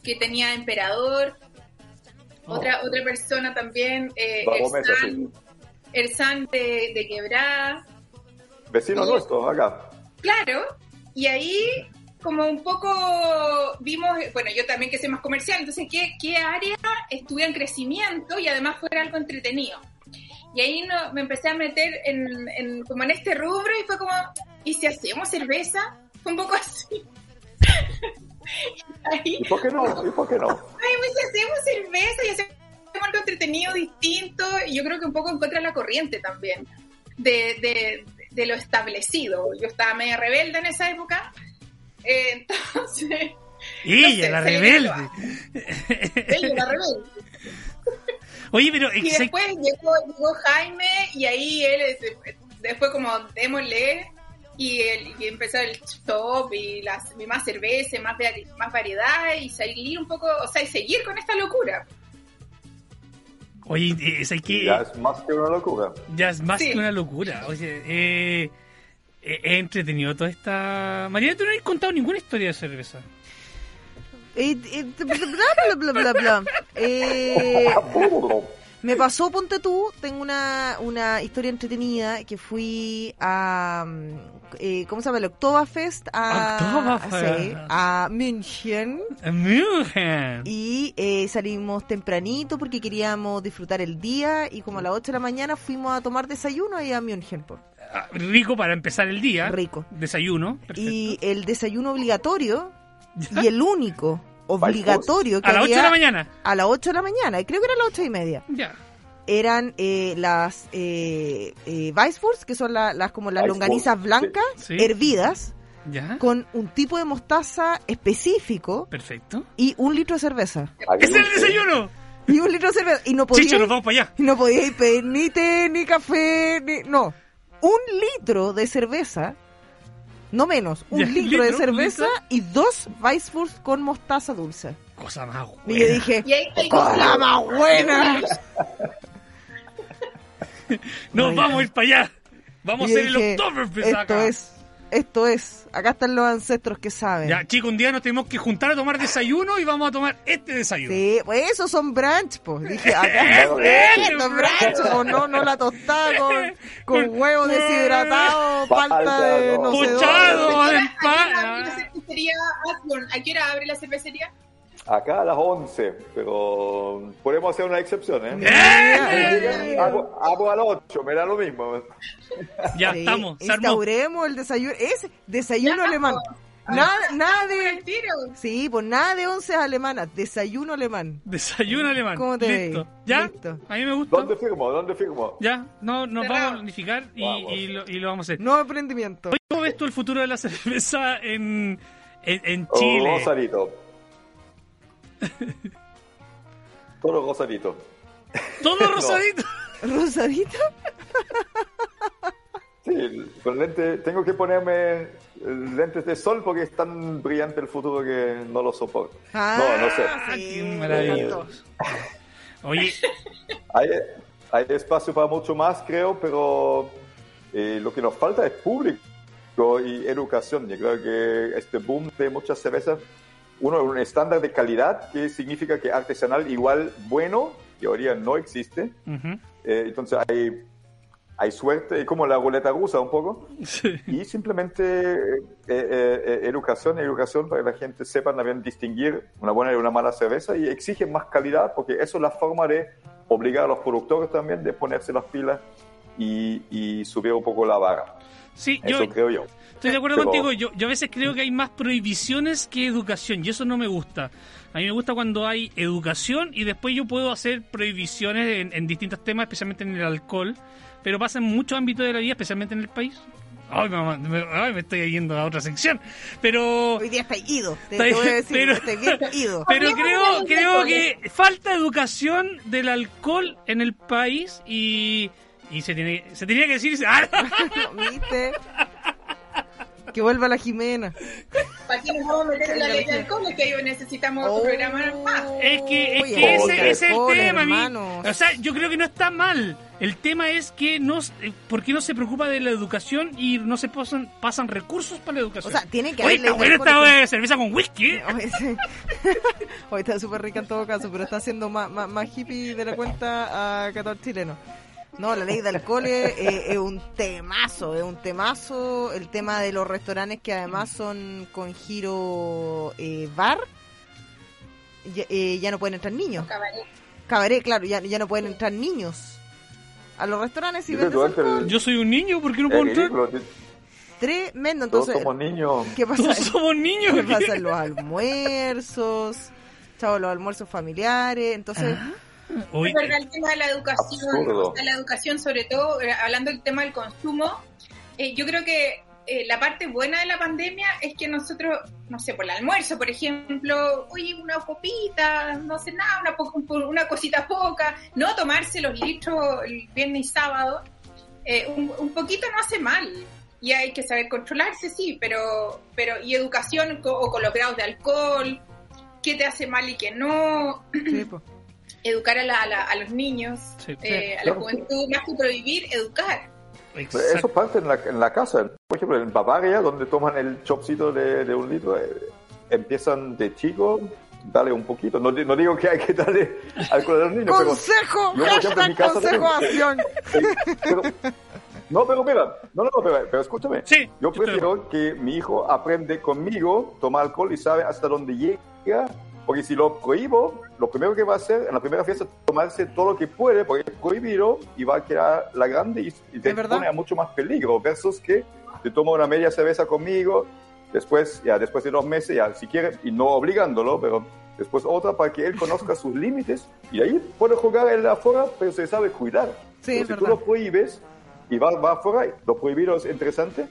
E: que tenía Emperador. Otra, otra persona también, eh,
F: Babo
E: el,
F: Ah. Mesa, sí.
E: San, el San de, de Quebrada.
F: Vecino
E: Sí.
F: nuestro, acá.
E: Claro, y ahí como un poco vimos, bueno, yo también que soy más comercial, entonces qué, qué área estuviera en crecimiento y además fuera algo entretenido. Y ahí no- me empecé a meter en, en- como en este rubro y fue como, ¿y si hacemos cerveza? Fue un poco así. ahí,
F: ¿Y por qué no? ¿Y por qué no?
E: ay, pues si hacemos cerveza y hacemos algo entretenido, distinto, y yo creo que un poco en contra de la corriente también, de, de, de lo establecido. Yo estaba media rebelde en esa época, eh, entonces...
B: Ella,
E: sé,
B: la
E: se le
B: rebelde.
E: Él era rebelde.
B: Oye, pero...
E: Y
B: exact-
E: después llegó, llegó Jaime y ahí él, eh, después como démosle, y, él, y empezó el top y, las, y más cerveza, más, vari- más variedad y salir un poco, o sea, y seguir con esta locura.
B: Oye, eh, ¿sabes qué?
F: Ya es más que una locura.
B: Ya es más
E: Sí.
B: que una locura. Oye, eh, eh, he entretenido toda esta. Mariana, tú no has contado ninguna historia de cerveza.
C: Eh, eh, bla, bla, bla, bla, bla. Eh,
F: Ah,
C: me pasó, ponte tú, tengo una, una historia entretenida que fui a. mm, eh, ¿Cómo se llama? El Oktoberfest a.
B: Oktoberfest.
C: sí, a München.
B: Mujer.
C: Y eh, salimos tempranito porque queríamos disfrutar el día y como a las 8 de la mañana fuimos a tomar desayuno ahí a München. po.
B: Ah, Rico para empezar el día.
C: Rico.
B: Desayuno. Perfecto.
C: Y el desayuno obligatorio y el único obligatorio que
B: A las 8 de la
C: había-
B: mañana.
C: a las 8 de la mañana, creo que era las 8 y media.
B: Ya.
C: Eran eh, las eh, eh, Weisswurst, que son la- las como las
F: Weisswurst,
C: longanizas
F: sí.
C: blancas,
B: Sí.
C: hervidas,
B: Ya.
C: con un tipo de mostaza específico
B: Perfecto.
C: y un litro de cerveza.
B: ¡Ese es el desayuno!
C: Y un litro de cerveza. Y no podía,
B: Chicho, nos vamos para allá.
C: y no podía ir pedir ni té, ni café, ni... No, un litro de cerveza, no menos, un
B: Ya,
C: litro de
B: litro,
C: cerveza
B: litro.
C: y dos Weisswurst con mostaza dulce.
B: Cosa más
C: Y yo
B: buena.
C: dije,
E: Y ahí ahí-
C: ¡Hola, más buena!
B: Nos
C: Ay,
B: vamos a ir para allá. Vamos a
C: Y yo
B: hacer el
C: dije,
B: Oktoberfest
C: Esto
B: acá.
C: es, esto es. Acá están los ancestros que saben.
B: Ya, chicos, un día nos tenemos que juntar a tomar desayuno y vamos a tomar este desayuno.
C: Sí, pues esos son brunch, pues. Dije, acá
F: Claro,
C: son
B: brunch.
C: brunch, o no, no la tostada con, con huevo deshidratado, falta de no sé
B: Pochado.
C: dónde.
B: No, de
E: ¿A qué hora abre la
B: pana.
E: cervecería Athlon? ¿A qué hora abre la cervecería?
F: Acá a las 11, pero podemos hacer una excepción, ¿eh?
C: Mira,
F: Hago, hago a las 8, me da lo mismo.
B: Ya
C: sí,
B: estamos. Se armó.
C: Instauremos el desayuno, es desayuno
E: Ya,
C: alemán. Nada, nada
E: El
C: de,
E: tiro.
C: sí, pues nada de once alemanas, desayuno alemán.
B: Desayuno alemán.
C: ¿Cómo te
B: Listo.
C: veis?
B: ¿Ya?
C: Listo.
B: A mí me gusta.
F: ¿Dónde firmo? ¿Dónde firmo?
B: Ya, no, nos
E: Cerrado.
B: vamos a unificar y,
F: Vamos.
B: y lo, y lo vamos a hacer.
C: No emprendimiento.
B: Oye, ¿Cómo ves tú el futuro de la cerveza en, en, en
F: O
B: Chile?
F: Rosarito. Todo Rosarito.
B: Todo rosadito.
C: Rosadita.
F: Sí, con lente, tengo que ponerme lentes de sol porque es tan brillante el futuro que no lo soporto. No, no sé.
B: Ah,
C: sí,
B: qué
C: me encantó.
B: maravilloso. Oye,
F: Hay, hay espacio para mucho más, creo, pero eh, lo que nos falta es público y educación. Yo creo que este boom de muchas cervezas, uno, un estándar de calidad que significa que artesanal igual bueno, que hoy día no existe.
B: ujú.
F: Eh, entonces hay, hay suerte, es como la boleta rusa un poco.
B: Sí.
F: Y simplemente eh, eh, eh, educación, educación para que la gente sepa también distinguir una buena y una mala cerveza y exige más calidad porque eso es la forma de obligar a los productores también de ponerse las pilas y, y subir un poco la vara.
B: Sí, yo,
F: Eso creo yo.
B: Estoy de acuerdo
F: Pero-
B: contigo. Yo, yo a veces creo que hay más prohibiciones que educación y eso no me gusta. A mí me gusta cuando hay educación y después yo puedo hacer prohibiciones en, en distintos temas, especialmente en el alcohol, pero pasa en muchos ámbitos de la vida, especialmente en el país. Ay, mamá, me, ay, me estoy yendo a otra sección. Pero,
C: Hoy día está ido. Te,
B: Está
C: te
B: ido,
C: voy a decir, este
B: pero-
C: está bien ido.
B: pero
E: Hablemos
B: creo,
E: del
B: creo
E: alcohol.
B: que falta educación del alcohol en el país y, y se, tiene, se tenía que decir... ¡Ah!
C: ¿Viste? Que vuelva la Jimena.
E: ¿Para qué nos vamos a meter en la ley de alcohol? Es que ahí necesitamos
C: Oh.
E: otro programa Ah, más.
B: Es que, es
C: Oye,
B: que
F: Oye,
B: ese, ese es el
C: alcohol,
B: tema, a mí-
C: hermanos.
B: O sea, yo creo que no está mal. El tema es que no, s- eh, ¿por qué no se preocupa de la educación y no se pasan, pasan recursos para la educación?
C: O sea, tiene que
B: Oye,
C: haberle
B: está buena
C: alcohol,
B: esta
C: entonces.
B: eh, cerveza con whisky. ¿eh?
C: Hoy, sí. Hoy está súper rica en todo caso, pero está siendo más, más, más hippie de la cuenta a 14 chileno. No, la ley de alcohol es, es- es un temazo, es un temazo. El tema de los restaurantes que además son con giro eh, bar, ya, eh, ya no pueden entrar niños.
E: Cabaret.
C: Cabaret, claro, ya, ya no pueden entrar niños a los restaurantes y
F: Yo creo
C: venden
F: que Duarte,
C: alcohol.
F: el-
B: Yo soy un niño, ¿por qué no
F: Es
B: puedo entrar?
F: ridículo,
C: Tremendo,
F: todos
C: entonces.
F: somos niños.
C: ¿Qué pasa?
B: Todos somos niños.
C: ¿Qué pasa en los almuerzos? Chavo, los almuerzos familiares. Entonces,
B: Ah. Oye,
E: Es verdad el tema de la educación,
F: Absurdo.
E: o sea, la educación sobre todo, eh, hablando del tema del consumo, eh, yo creo que eh, la parte buena de la pandemia es que nosotros, no sé, por el almuerzo, por ejemplo, oye, una copita, no sé nada, una, po- una cosita poca, no tomarse los litros el viernes y sábado, eh, un, un poquito no hace mal. Y hay que saber controlarse, sí, pero, pero y educación co- o con los grados de alcohol, qué te hace mal y qué no,
C: sí, pues, po.
E: educar a, la- a la- a los niños,
B: Sí.
E: eh, a la juventud, más que prohibir, educar.
F: Eso parte en la, en la casa. Por ejemplo, en Bavaria, donde toman el chopcito de, de un litro, eh, empiezan de chico, dale un poquito. No, di- no digo que hay que darle alcohol a los niños, pero...
C: Consejo,
F: yo, por ejemplo, en
C: hashtag
F: mi casa
C: consejo
F: tengo-
C: acción.
F: pero- no, pero mira, no, no, no, pero, pero escúchame.
B: Sí, yo
F: yo
B: estoy de
F: prefiero que mi hijo aprende conmigo, toma alcohol y sabe hasta dónde llega, porque si lo prohíbo, lo primero que va a hacer en la primera fiesta es tomarse todo lo que puede, porque es prohibido y va a quedar la grande y, y te
C: ¿Es verdad?
F: pone a mucho más peligro, versus que te toma una media cerveza conmigo, después, ya después de dos meses, ya si quiere, y no obligándolo, pero después otra para que él conozca sus límites y ahí puede jugar él afuera, pero se sabe cuidar.
C: Sí, es
F: Pero si tú
C: verdad.
F: lo prohíbes y va, va afuera, y lo prohibido es interesante,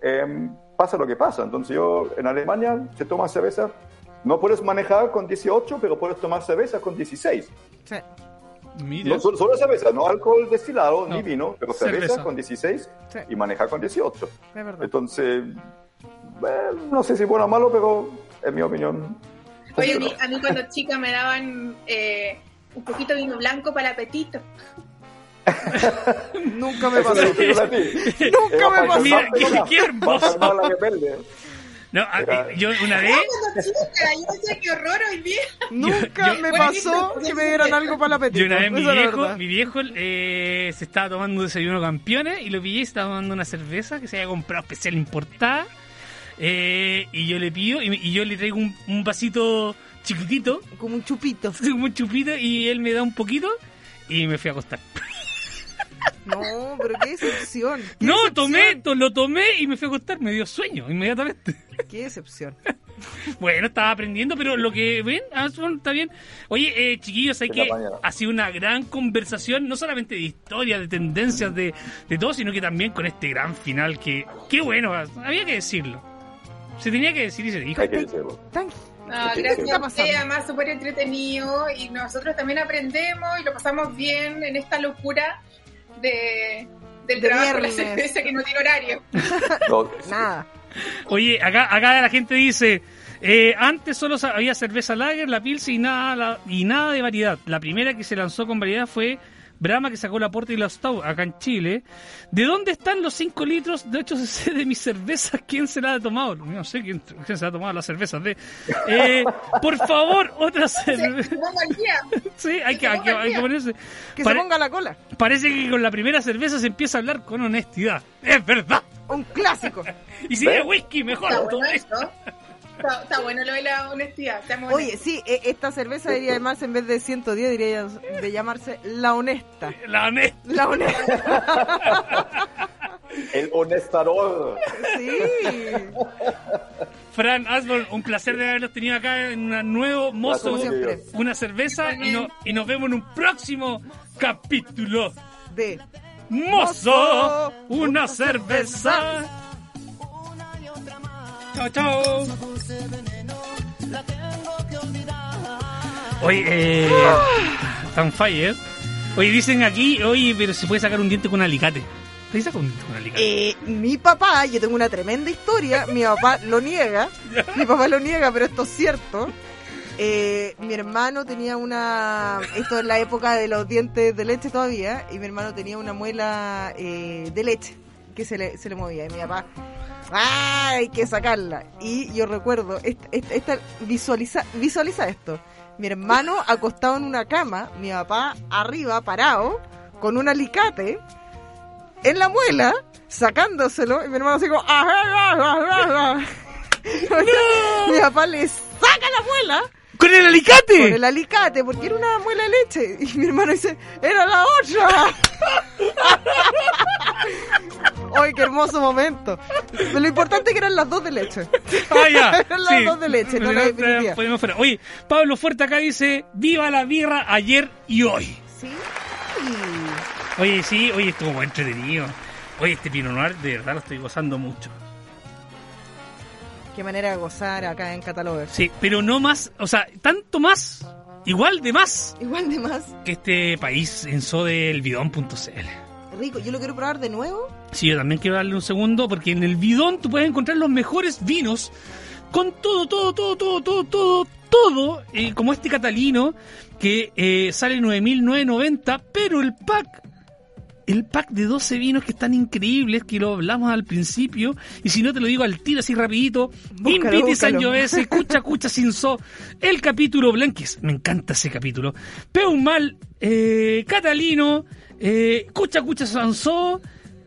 F: em, pasa lo que pasa. Entonces yo, en Alemania, se toma cerveza, no puedes manejar con 18, pero puedes tomar cerveza con 16.
C: Sí.
B: Mira.
F: No, solo, solo cerveza, no alcohol destilado,
B: No.
F: ni vino, pero cerveza,
B: Cerveza.
F: con 16
C: Sí.
F: y manejar con 18.
C: Es verdad.
F: Entonces, bueno, no sé si bueno o malo, pero en mi opinión...
E: Oye, a
F: funcionó.
E: mí, a mí cuando chica me daban eh, un poquito de vino blanco para el apetito.
C: Nunca me
F: Eso
C: pasó.
F: es lo que yo le di.
C: Nunca
F: Era
C: me
F: para
C: pasó.
B: Mira,
F: calmar
B: qué-
F: la-
B: qué hermoso.
F: para calmar la rebelde. ¿eh?
B: No, a- yo una vez.
E: Ah, Cuando chica, yo decía qué horror hoy día.
C: Nunca
B: yo-
C: me
E: Bueno,
C: pasó
E: listo,
C: que me
E: listo.
C: dieran algo para la apetito.
B: Yo una vez mi
C: Esa es la
B: viejo,
C: verdad.
B: mi viejo eh, se estaba tomando un desayuno campeones y lo pillé y estaba tomando una cerveza que se había comprado especial importada. eh, y yo le pido y, y yo le traigo un, un vasito chiquitito,
C: Como un chupito.
B: como un chupito, y él me da un poquito y me fui a acostar.
C: No, pero qué decepción. qué
B: No,
C: decepción,
B: tomé, to- lo tomé y me fui a acostar. Me dio sueño inmediatamente.
C: Qué decepción.
B: Bueno, estaba aprendiendo, pero lo que ven, ah, son- está bien. Oye, eh, chiquillos, hay
F: En la
B: que
F: mañana.
B: ha sido una gran conversación, no solamente de historia, de tendencias, de, de todo, sino que también con este gran final que, qué bueno, había que decirlo. Se tenía que decir y se dijo.
F: Hay que decirlo.
C: Tan-
E: No,
F: ¿Qué
E: gracias
C: está
E: a usted,
C: pasando?
E: además súper entretenido y nosotros también aprendemos y lo pasamos bien en esta locura de, del
C: De
E: trabajo de la
C: viernes.
E: cerveza que no tiene horario.
F: No,
C: Nada.
B: Oye, acá, acá la gente dice, eh, antes solo sa- había cerveza lager, la pilce y nada, la- y nada de variedad. La primera que se lanzó con variedad fue Brahma, que sacó la Porta y la Stout acá en Chile. ¿De dónde están los 5 litros de 8 cc de mis cervezas? ¿Quién se la ha tomado? No sé quién, quién se la ha tomado las cervezas. De, eh, por favor, otra cerveza.
E: Vamos al día.
B: Sí, hay que, hay que- hay que ponerse.
C: Que
B: Pare-
C: se ponga la cola.
B: parece que con la primera cerveza se empieza a hablar con honestidad. Es verdad.
C: Un clásico.
B: Y si
F: ¿Ves?
B: es whisky, mejor.
E: Está
B: Todo
E: bueno
B: esto.
E: eso. Está, está bueno lo de la honestidad. está muy
C: Oye, sí, e- esta cerveza debería llamarse, en vez de 110, debería de llamarse La Honesta.
B: La honest-
C: La Honesta.
F: el honestador.
C: Sí.
B: Fran Asbol, un placer de haberlos tenido acá en un nuevo mozo,
C: Como
F: Gracias,
C: siempre.
F: queridos.
B: una cerveza y, no- y nos vemos en un próximo capítulo.
C: De.
B: Mozo, una cerveza. Chao, chao. Oye, eh, tan fire. ¿eh? Oye, dicen aquí, oye, pero se puede sacar un diente con un alicate. ¿Se saca un diente con un alicate?
C: Eh, mi papá, yo tengo una tremenda historia, mi papá lo niega, mi papá lo niega, pero esto es cierto. Eh, mi hermano tenía una, esto es la época de los dientes de leche todavía, y mi hermano tenía una muela eh, de leche que se le, se le movía, y mi papá, ¡ah! hay que sacarla. Y yo recuerdo, esta, esta- esta- visualiza, visualiza esto, mi hermano acostado en una cama, mi papá arriba, parado, con un alicate en la muela, sacándoselo, y mi hermano así como, "Ajá, ajá, ajá, ajá". Mi papá le saca la muela
B: ¡Con el alicate!
C: con el alicate, porque era una muela de leche. Y mi hermano dice, ¡era la otra! ¡Ay, qué hermoso momento! Lo importante es que eran las dos de leche.
B: Ah, ya.
C: Eran las dos de leche, no la
B: Pero,
C: definitiva.
B: eh, podemos fuera. Oye, Pablo Fuerte acá dice, viva la birra ayer y hoy.
C: Sí.
B: Oye, sí, oye, estuvo muy entretenido. Oye, este Pino Noir, de verdad lo estoy gozando mucho.
C: Qué manera de gozar acá en Catalover.
B: Sí, pero no más, o sea, tanto más, igual de más,
C: Igual de más,
B: que este país en sodelbidón.cl.
C: rico. Yo lo quiero probar de nuevo.
B: Sí, yo también quiero darle un segundo porque en el bidón tú puedes encontrar los mejores vinos con todo, todo, todo, todo, todo, todo, todo, eh, como este catalino que eh, sale 9.990, pero el pack el pack de 12 vinos que están increíbles, que lo hablamos al principio, y si no te lo digo al tiro así rapidito,
C: Búscalo,
B: Inviti San
C: búscalo.
B: Llovese, Cucha Cucha Sin So, el capítulo Blanquis, me encanta ese capítulo, Peumal, eh, Catalino, eh, Cucha Cucha Sin So,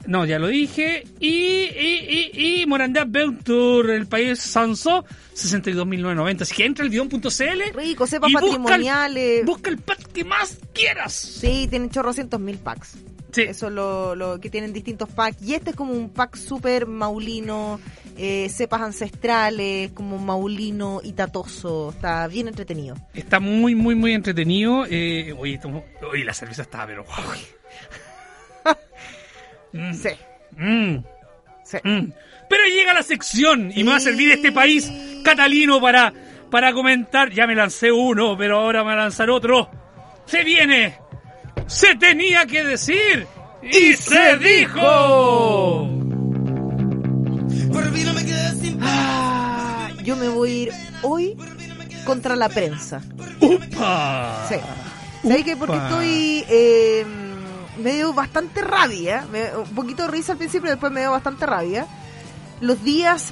B: no, ya lo dije, y, y, y, y Morandá Beutur, el país Sanso, 62.990. Así que entra al guión.cl
C: Rico, cepas
B: y busca el-
C: patrimoniales.
B: busca el pack que más quieras.
C: Sí, tienen chorrocientos mil packs.
B: Sí.
C: Eso es lo, lo que tienen distintos packs. Y este es como un pack súper maulino, eh, cepas ancestrales, como maulino y tatoso. Está bien entretenido.
B: Está muy, muy, muy entretenido. Eh, oye, tomo- oye, la cerveza está, pero. Mm,
C: Sí,
B: mm,
C: sí.
B: mm. Pero llega la sección y me va a servir este país
C: Sí.
B: catalino para, para comentar. Ya me lancé uno, pero ahora me va a lanzar otro. ¡Se viene! ¡Se tenía que decir! ¡Y, se dijo!
C: Ah, yo me voy a ir hoy contra la prensa.
B: ¡Upa!
C: Sí. ¿Sabes qué? Porque
B: Upa.
C: estoy. eh, me dio bastante rabia. me- un poquito de risa al principio, después me dio bastante rabia. Los días.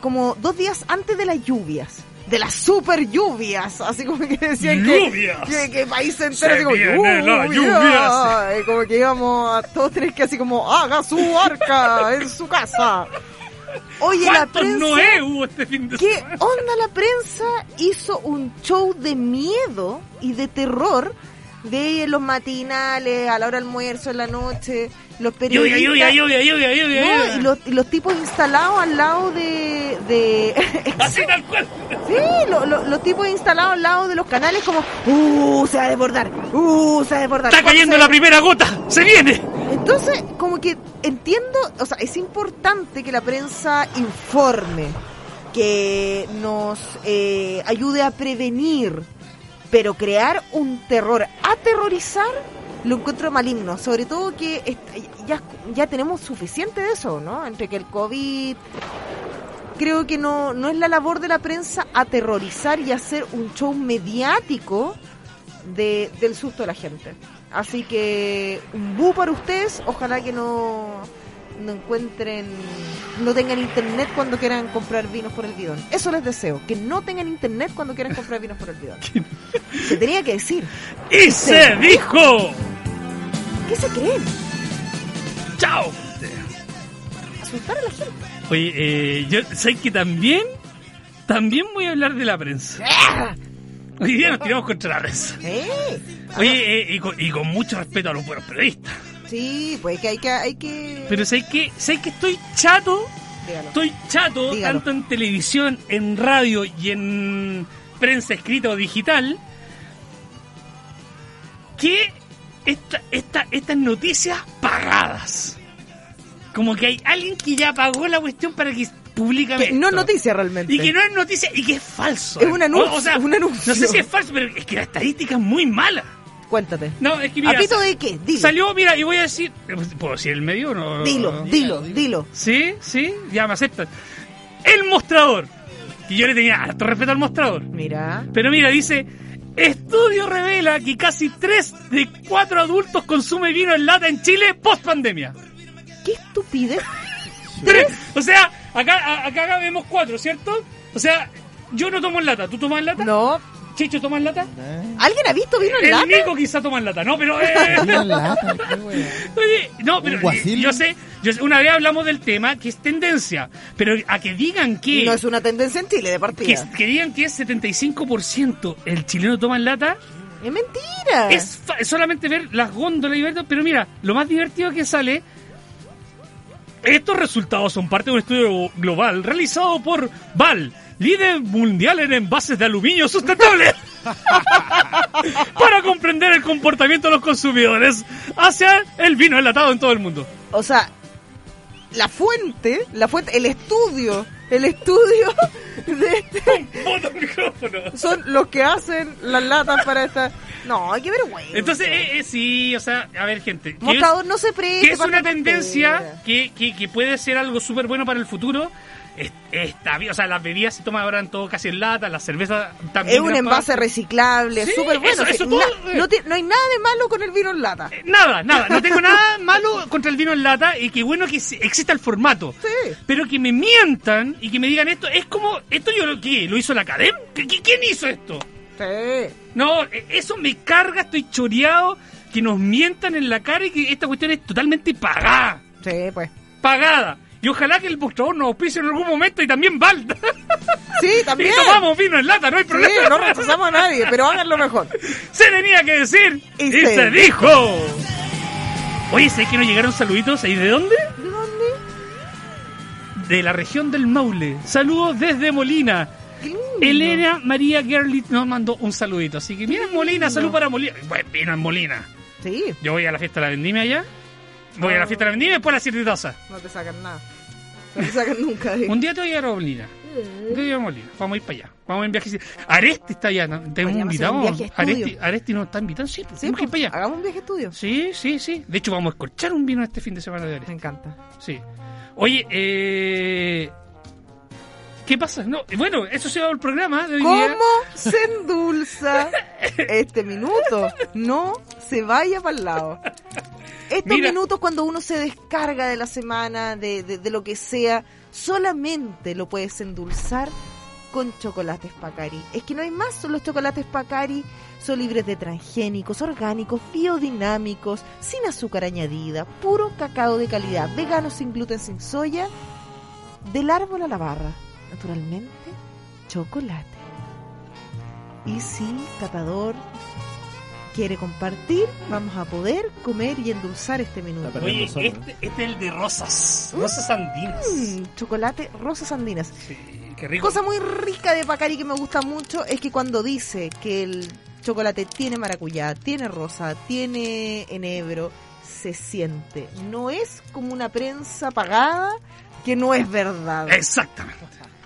C: Como dos días antes de las lluvias. De las super lluvias. Así como que decían que.
B: ¡Lluvias!
C: Que, que país entero.
B: Se
C: así como,
B: vienen las lluvias.
C: Y Como que íbamos a todos tres que así como. Haga su arca en su casa. Oye, la
B: ¿Cuántos
C: prensa.
B: Noé hubo este fin de
C: ¿Qué
B: semana?
C: onda la prensa hizo un show de miedo y de terror de los matinales, a la hora del almuerzo, en la noche, los
B: Lluvia,
C: periodistas?
B: lluvia, lluvia, lluvia, lluvia.
C: No,
B: lluvia.
C: y, los, y los tipos instalados al lado de... de
B: Así tal cual.
C: sí, lo- lo- los tipos instalados al lado de los canales como... ¡Uh, se va a desbordar! ¡Uh, se va a desbordar!
B: Está
C: ¿Cuándo
B: cayendo
C: se va
B: la
C: a
B: primera gota. Se viene.
C: entonces, como que entiendo, o sea, es importante que la prensa informe, que nos eh, ayude a prevenir, pero crear un terror, aterrorizar, lo encuentro maligno. Sobre todo que est- ya, ya tenemos suficiente de eso, ¿no? Entre que el COVID... Creo que no, no es la labor de la prensa aterrorizar y hacer un show mediático de- del susto de la gente. Así que un bu para ustedes, ojalá que no, no encuentren, no tengan internet cuando quieran comprar vinos por el bidón. Eso les deseo, que no tengan internet cuando quieran comprar vinos por el bidón. Se tenía que decir,
B: Y se dijo.
C: ¿qué se creen?
B: Chao.
C: Asustar a la gente.
B: Oye, eh, yo sé que también, también voy a hablar de la prensa. Hoy día nos tiramos contra la prensa.
C: ¡Eh!
B: Oye, eh, y, con, y con mucho respeto a los buenos periodistas.
C: Sí, pues que hay que, hay que...
B: Pero sé que, sé que estoy chato
C: Dígalo.
B: Estoy chato,
C: Dígalo.
B: tanto en televisión, en radio y en prensa escrita o digital, que esta- esta- estas noticias pagadas. Como que hay alguien que ya pagó la cuestión para que
C: Que
B: públicamente.
C: no es noticia realmente.
B: Y que no es noticia y que es falso.
C: Es un anuncio,
B: O, o sea,
C: un
B: No
C: anuncio.
B: sé si es falso, pero es que la estadística es muy mala.
C: Cuéntate.
B: No, es que
C: ¿A
B: mira,
C: pito de qué? Dilo,
B: salió, mira, y voy a decir, ¿puedo decir el medio o no?
C: dilo, dilo, dilo.
B: Sí, sí, ya me aceptan. El mostrador. Y yo le tenía harto respeto al mostrador.
C: Mira,
B: Pero mira, dice, estudio revela que casi 3 de 4 adultos consume vino en lata en Chile post pandemia.
C: qué estupidez.
B: O sea, acá, a- acá vemos 4, ¿cierto? O sea, yo no tomo en lata. ¿Tú tomas en lata?
C: No,
B: ¿Chicho toma en lata?
D: ¿Eh?
C: ¿Alguien ha visto vino en
B: El
C: lata?
B: Nico quizá toma en lata, ¿no? Pero... eh,
D: Mira la lata, qué wea.
B: Oye, no, pero
D: Un guasil.
B: yo sé, yo sé, una vez hablamos del tema que es tendencia, pero a que digan que...
C: No es una tendencia en Chile de partida.
B: que, que digan que es 75% el chileno toma en lata,
C: Es mentira.
B: es fa- solamente ver las góndolas y ver todo, Pero mira, lo más divertido que sale. Estos resultados son parte de un estudio global realizado por Val, líder mundial en envases de aluminio sustentable, para comprender el comportamiento de los consumidores hacia el vino enlatado en todo el mundo.
C: O sea, la fuente, la fuente, el estudio, el estudio de este
B: Foto, micrófono.
C: son los que hacen las latas para esta. No, qué vergüenza.
B: Entonces, eh, eh, sí, o sea, a ver, gente. que es-
C: Mostrador no se presta.
B: que es
C: para
B: una
C: tonteras.
B: tendencia que, que- que puede ser algo súper bueno para el futuro. Es- Está bien, o sea, las bebidas se toman ahora en todo casi en lata, la cerveza también.
C: Es un
B: gran
C: envase
B: parte.
C: reciclable,
B: Sí,
C: súper bueno.
B: eso-
C: sí,
B: eso todo-
C: na- no, ti- no hay nada de malo con el vino en lata.
B: Eh, Nada, nada, no tengo nada malo contra el vino en lata y que bueno que se- exista el formato.
C: Sí.
B: Pero que me mientan y que me digan esto, es como, ¿esto yo lo qué? ¿Lo hizo la academia? ¿Qué- qué- ¿Quién hizo esto?
C: Sí.
B: No, eh, eso me carga, estoy choreado, que nos mientan en la cara y que esta cuestión es totalmente pagada.
C: Sí, pues.
B: Pagada. Y ojalá que el mostrador nos auspicie en algún momento y también valda.
C: Sí, también.
B: Y tomamos vino en lata, no hay
C: Sí,
B: problema.
C: no rechazamos a nadie, pero háganlo mejor.
B: Se tenía que decir y,
C: Y
B: se,
C: se
B: dijo. Oye, ¿sabes que nos llegaron saluditos? ¿Ahí de dónde?
C: ¿De dónde?
B: De la región del Maule. Saludos desde Molina.
C: Qué lindo.
B: Elena María Gerlit nos mandó un saludito. Así que mira, Molina, salud para Molina. Bueno, vino en Molina.
C: Sí,
B: Yo voy a la fiesta de la vendimia allá. Voy a
C: Ah.
B: la fiesta de la vendimia y después a la cirritosa.
C: no te sacan nada. No te sacan nunca. eh.
B: Un día te voy a llevar a Molina. Te voy a llevar a Molina. Vamos a ir para allá. Vamos en viaje. Aresti está allá. ¿no? Te hemos
C: Podríamos hacer
B: invitado.
C: un viaje estudio.
B: Aresti, Aresti nos está invitando. Sí, pues,
C: Sí,
B: tenemos que ir
C: pues,
B: para allá.
C: hagamos un viaje estudio.
B: Sí, sí, sí. De hecho, vamos a escorchar un vino este fin de semana de
C: Me
B: Aresti.
C: encanta.
B: Sí. Oye, eh... ¿qué pasa? No, bueno, eso se va el programa de hoy día.
C: ¿Cómo se endulza este minuto? No se vaya para el lado. Estos
B: Mira.
C: minutos cuando uno se descarga de la semana, de, de- de lo que sea, solamente lo puedes endulzar con chocolates Pacari. Es que no hay más, son los chocolates Pacari. Son libres de transgénicos, orgánicos, biodinámicos, sin azúcar añadida, puro cacao de calidad, veganos sin gluten, sin soya, del árbol a la barra. Naturalmente, chocolate. Y si Catador quiere compartir, vamos a poder comer y endulzar este minuto.
D: Está
B: Oye,
D: Nosotros.
B: este, este es el de rosas. Rosas andinas.
C: Mm, chocolate rosas andinas.
B: Sí, qué rico.
C: Cosa muy rica de Pacari que me gusta mucho es que cuando dice que el chocolate tiene maracuyá, tiene rosa, tiene enebro, se siente. No es como una prensa pagada que no es verdad.
B: Exactamente.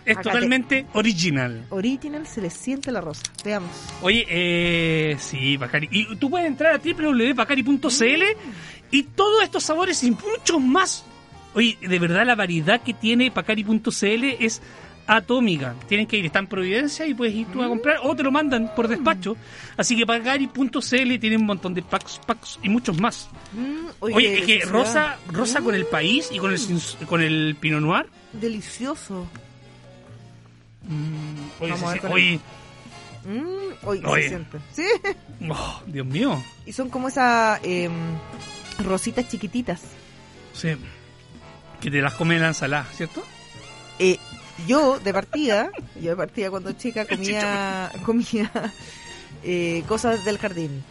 B: Es
C: Acá te-
B: totalmente original.
C: Original se le siente la rosa. Veamos.
B: Oye, eh, sí, Bacari. Y tú puedes entrar a www.bacari.cl y todos estos sabores y muchos más. Oye, de verdad la variedad que tiene Bacari.cl es atómica. Tienen que ir, está en Providencia y puedes ir
C: Mm.
B: tú a comprar o te lo mandan por despacho. Así que Bacari.cl tiene un montón de packs, packs y muchos más.
C: Mm,
B: Oye, es que
C: deliciosidad. Mm.
B: rosa, rosa con el país y con el, sin- con el Pinot Noir.
C: Delicioso.
B: Mm, oye,
C: Vamos a
B: se-
C: ver con el-
B: oye,
C: Mm, oye,
B: Oye.
C: se siente. Sí.
B: oh, Dios mío.
C: Y son como esas em, rositas chiquititas.
B: Sí. Que te las come la ensalada, ¿cierto?
C: Eh, yo de partida, yo de partida cuando chica comía, comía eh, cosas del jardín.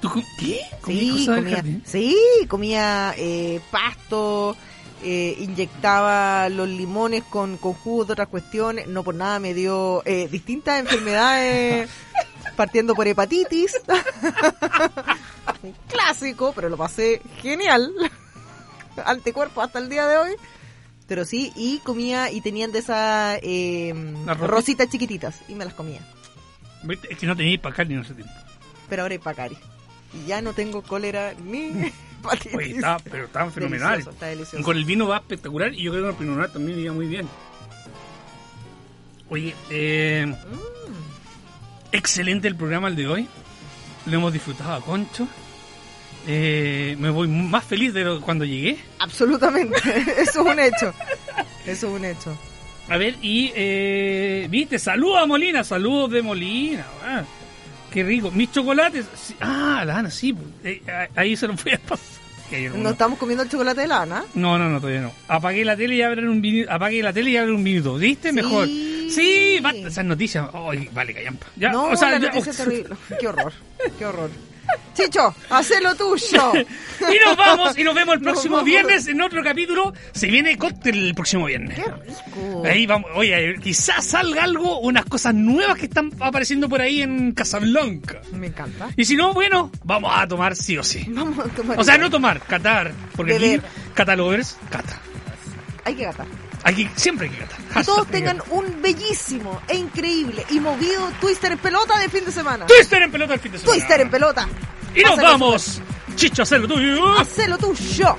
B: ¿Tú com- qué? ¿Comí
C: Sí,
B: cosas del
C: comía,
B: jardín?
C: sí, comía eh, pasto, eh, inyectaba los limones con, con jugos de otras cuestiones. No por nada me dio eh, distintas enfermedades, partiendo por hepatitis. Un clásico, pero lo pasé genial. Anticuerpo hasta el día de hoy. Pero sí, y comía, y tenían de esas eh,
B: Las rositas.
C: rositas chiquititas, y me las comía.
B: ¿Viste? Es que no tenía para acá ni en ese tiempo.
C: Pero ahora es pacari. Y ya no tengo cólera ni hepatitis.
B: Oye, estaba, pero estaba fenomenal.
C: Delicioso, está delicioso.
B: Con el vino va espectacular y yo creo que con el Pinot Noir también iría muy bien. Oye, eh,
C: Mm.
B: excelente el programa el de hoy. Lo hemos disfrutado a concho. Eh, me voy más feliz de lo- cuando llegué.
C: Absolutamente, eso es un hecho. Eso es un hecho.
B: A ver, y eh, viste, saludos a Molina, saludos de Molina. ah, qué rico. Mis chocolates. sí, ah, la Ana, sí. eh, ah, ahí se los voy a pasar. Que yo
C: No
B: no,
C: estamos comiendo el chocolate de lana.
B: no, no, no, todavía no. Apagué la tele y abren un vinito. Apagué la tele y abren un vinito. ¿Viste? Mejor. Sí, basta esas noticias. Ay, vale, callampa. Ya,
C: No,
B: o sea,
C: la
B: ya-
C: noticia es terrible. Qué horror, qué horror. Chicho, haz lo tuyo.
B: Y nos vamos y nos vemos el
C: Nos
B: próximo
C: vamos.
B: viernes en otro capítulo. Se viene cóctel el próximo viernes.
C: Qué rico.
B: Ahí vamos, oye, quizás salga algo, unas cosas nuevas que están apareciendo por ahí en Casablanca.
C: Me encanta.
B: Y si no, bueno, vamos a tomar sí o sí.
C: Vamos a tomar.
B: O sea, no tomar, catar, porque aquí
C: Beber.
B: catalovers, cata.
C: Hay que gatar.
B: Aquí siempre hay que catar.
G: Que todos
B: Hashtag
G: tengan un bellísimo e increíble y movido Twister en pelota de fin de semana.
B: Twister en pelota el fin de semana.
G: Twister en pelota.
B: Y nos
G: Pásalo,
B: vamos. Chicho, haz lo tuyo.
G: Hacelo tú, yo.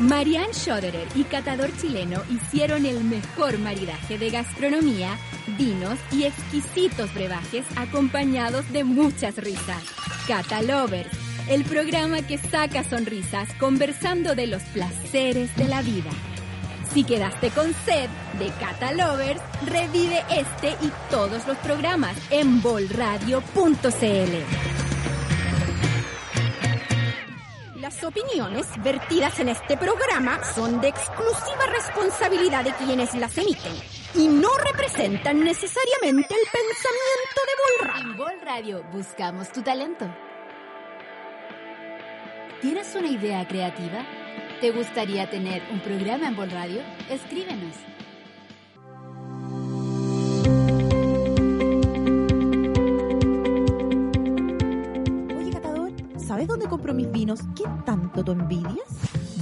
A: Marianne Schoderer y catador chileno hicieron el mejor maridaje de gastronomía, vinos y exquisitos brebajes acompañados de muchas risas. Cata Lovers, el programa que saca sonrisas conversando de los placeres de la vida. Si quedaste con sed de Cata Lovers, revive este y todos los programas en bolradio.cl. Las opiniones vertidas en este programa son de exclusiva responsabilidad de quienes las emiten y no representan necesariamente el pensamiento de Bol Radio. Bol Radio buscamos tu talento. ¿Tienes una idea creativa? ¿Te gustaría tener un programa en Bol Radio? Escríbenos.
G: Oye, catador, ¿sabes dónde compro mis vinos? ¿Qué tanto tú envidias?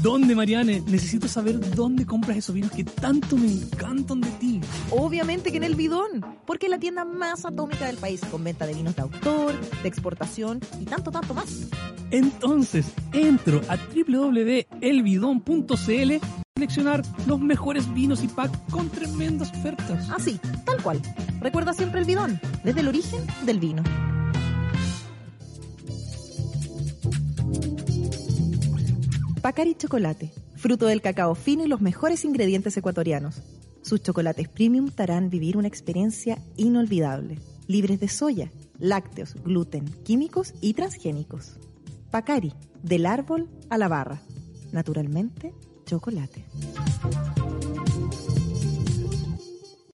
B: ¿Dónde, Mariane? Necesito saber dónde compras esos vinos que tanto me encantan de ti.
G: Obviamente que en el bidón, porque es la tienda más atómica del país, con venta de vinos de autor, de exportación y tanto, tanto más.
B: Entonces, entro a www.elbidon.cl seleccionar los mejores vinos y pack con tremendas ofertas.
G: Así, tal cual. Recuerda siempre el bidón, desde el origen del vino. Pacari Chocolate, fruto del cacao fino y los mejores ingredientes ecuatorianos. Sus chocolates premium te harán vivir una experiencia inolvidable, libres de soya, lácteos, gluten, químicos y transgénicos. Pacari, del árbol a la barra. Naturalmente, chocolate.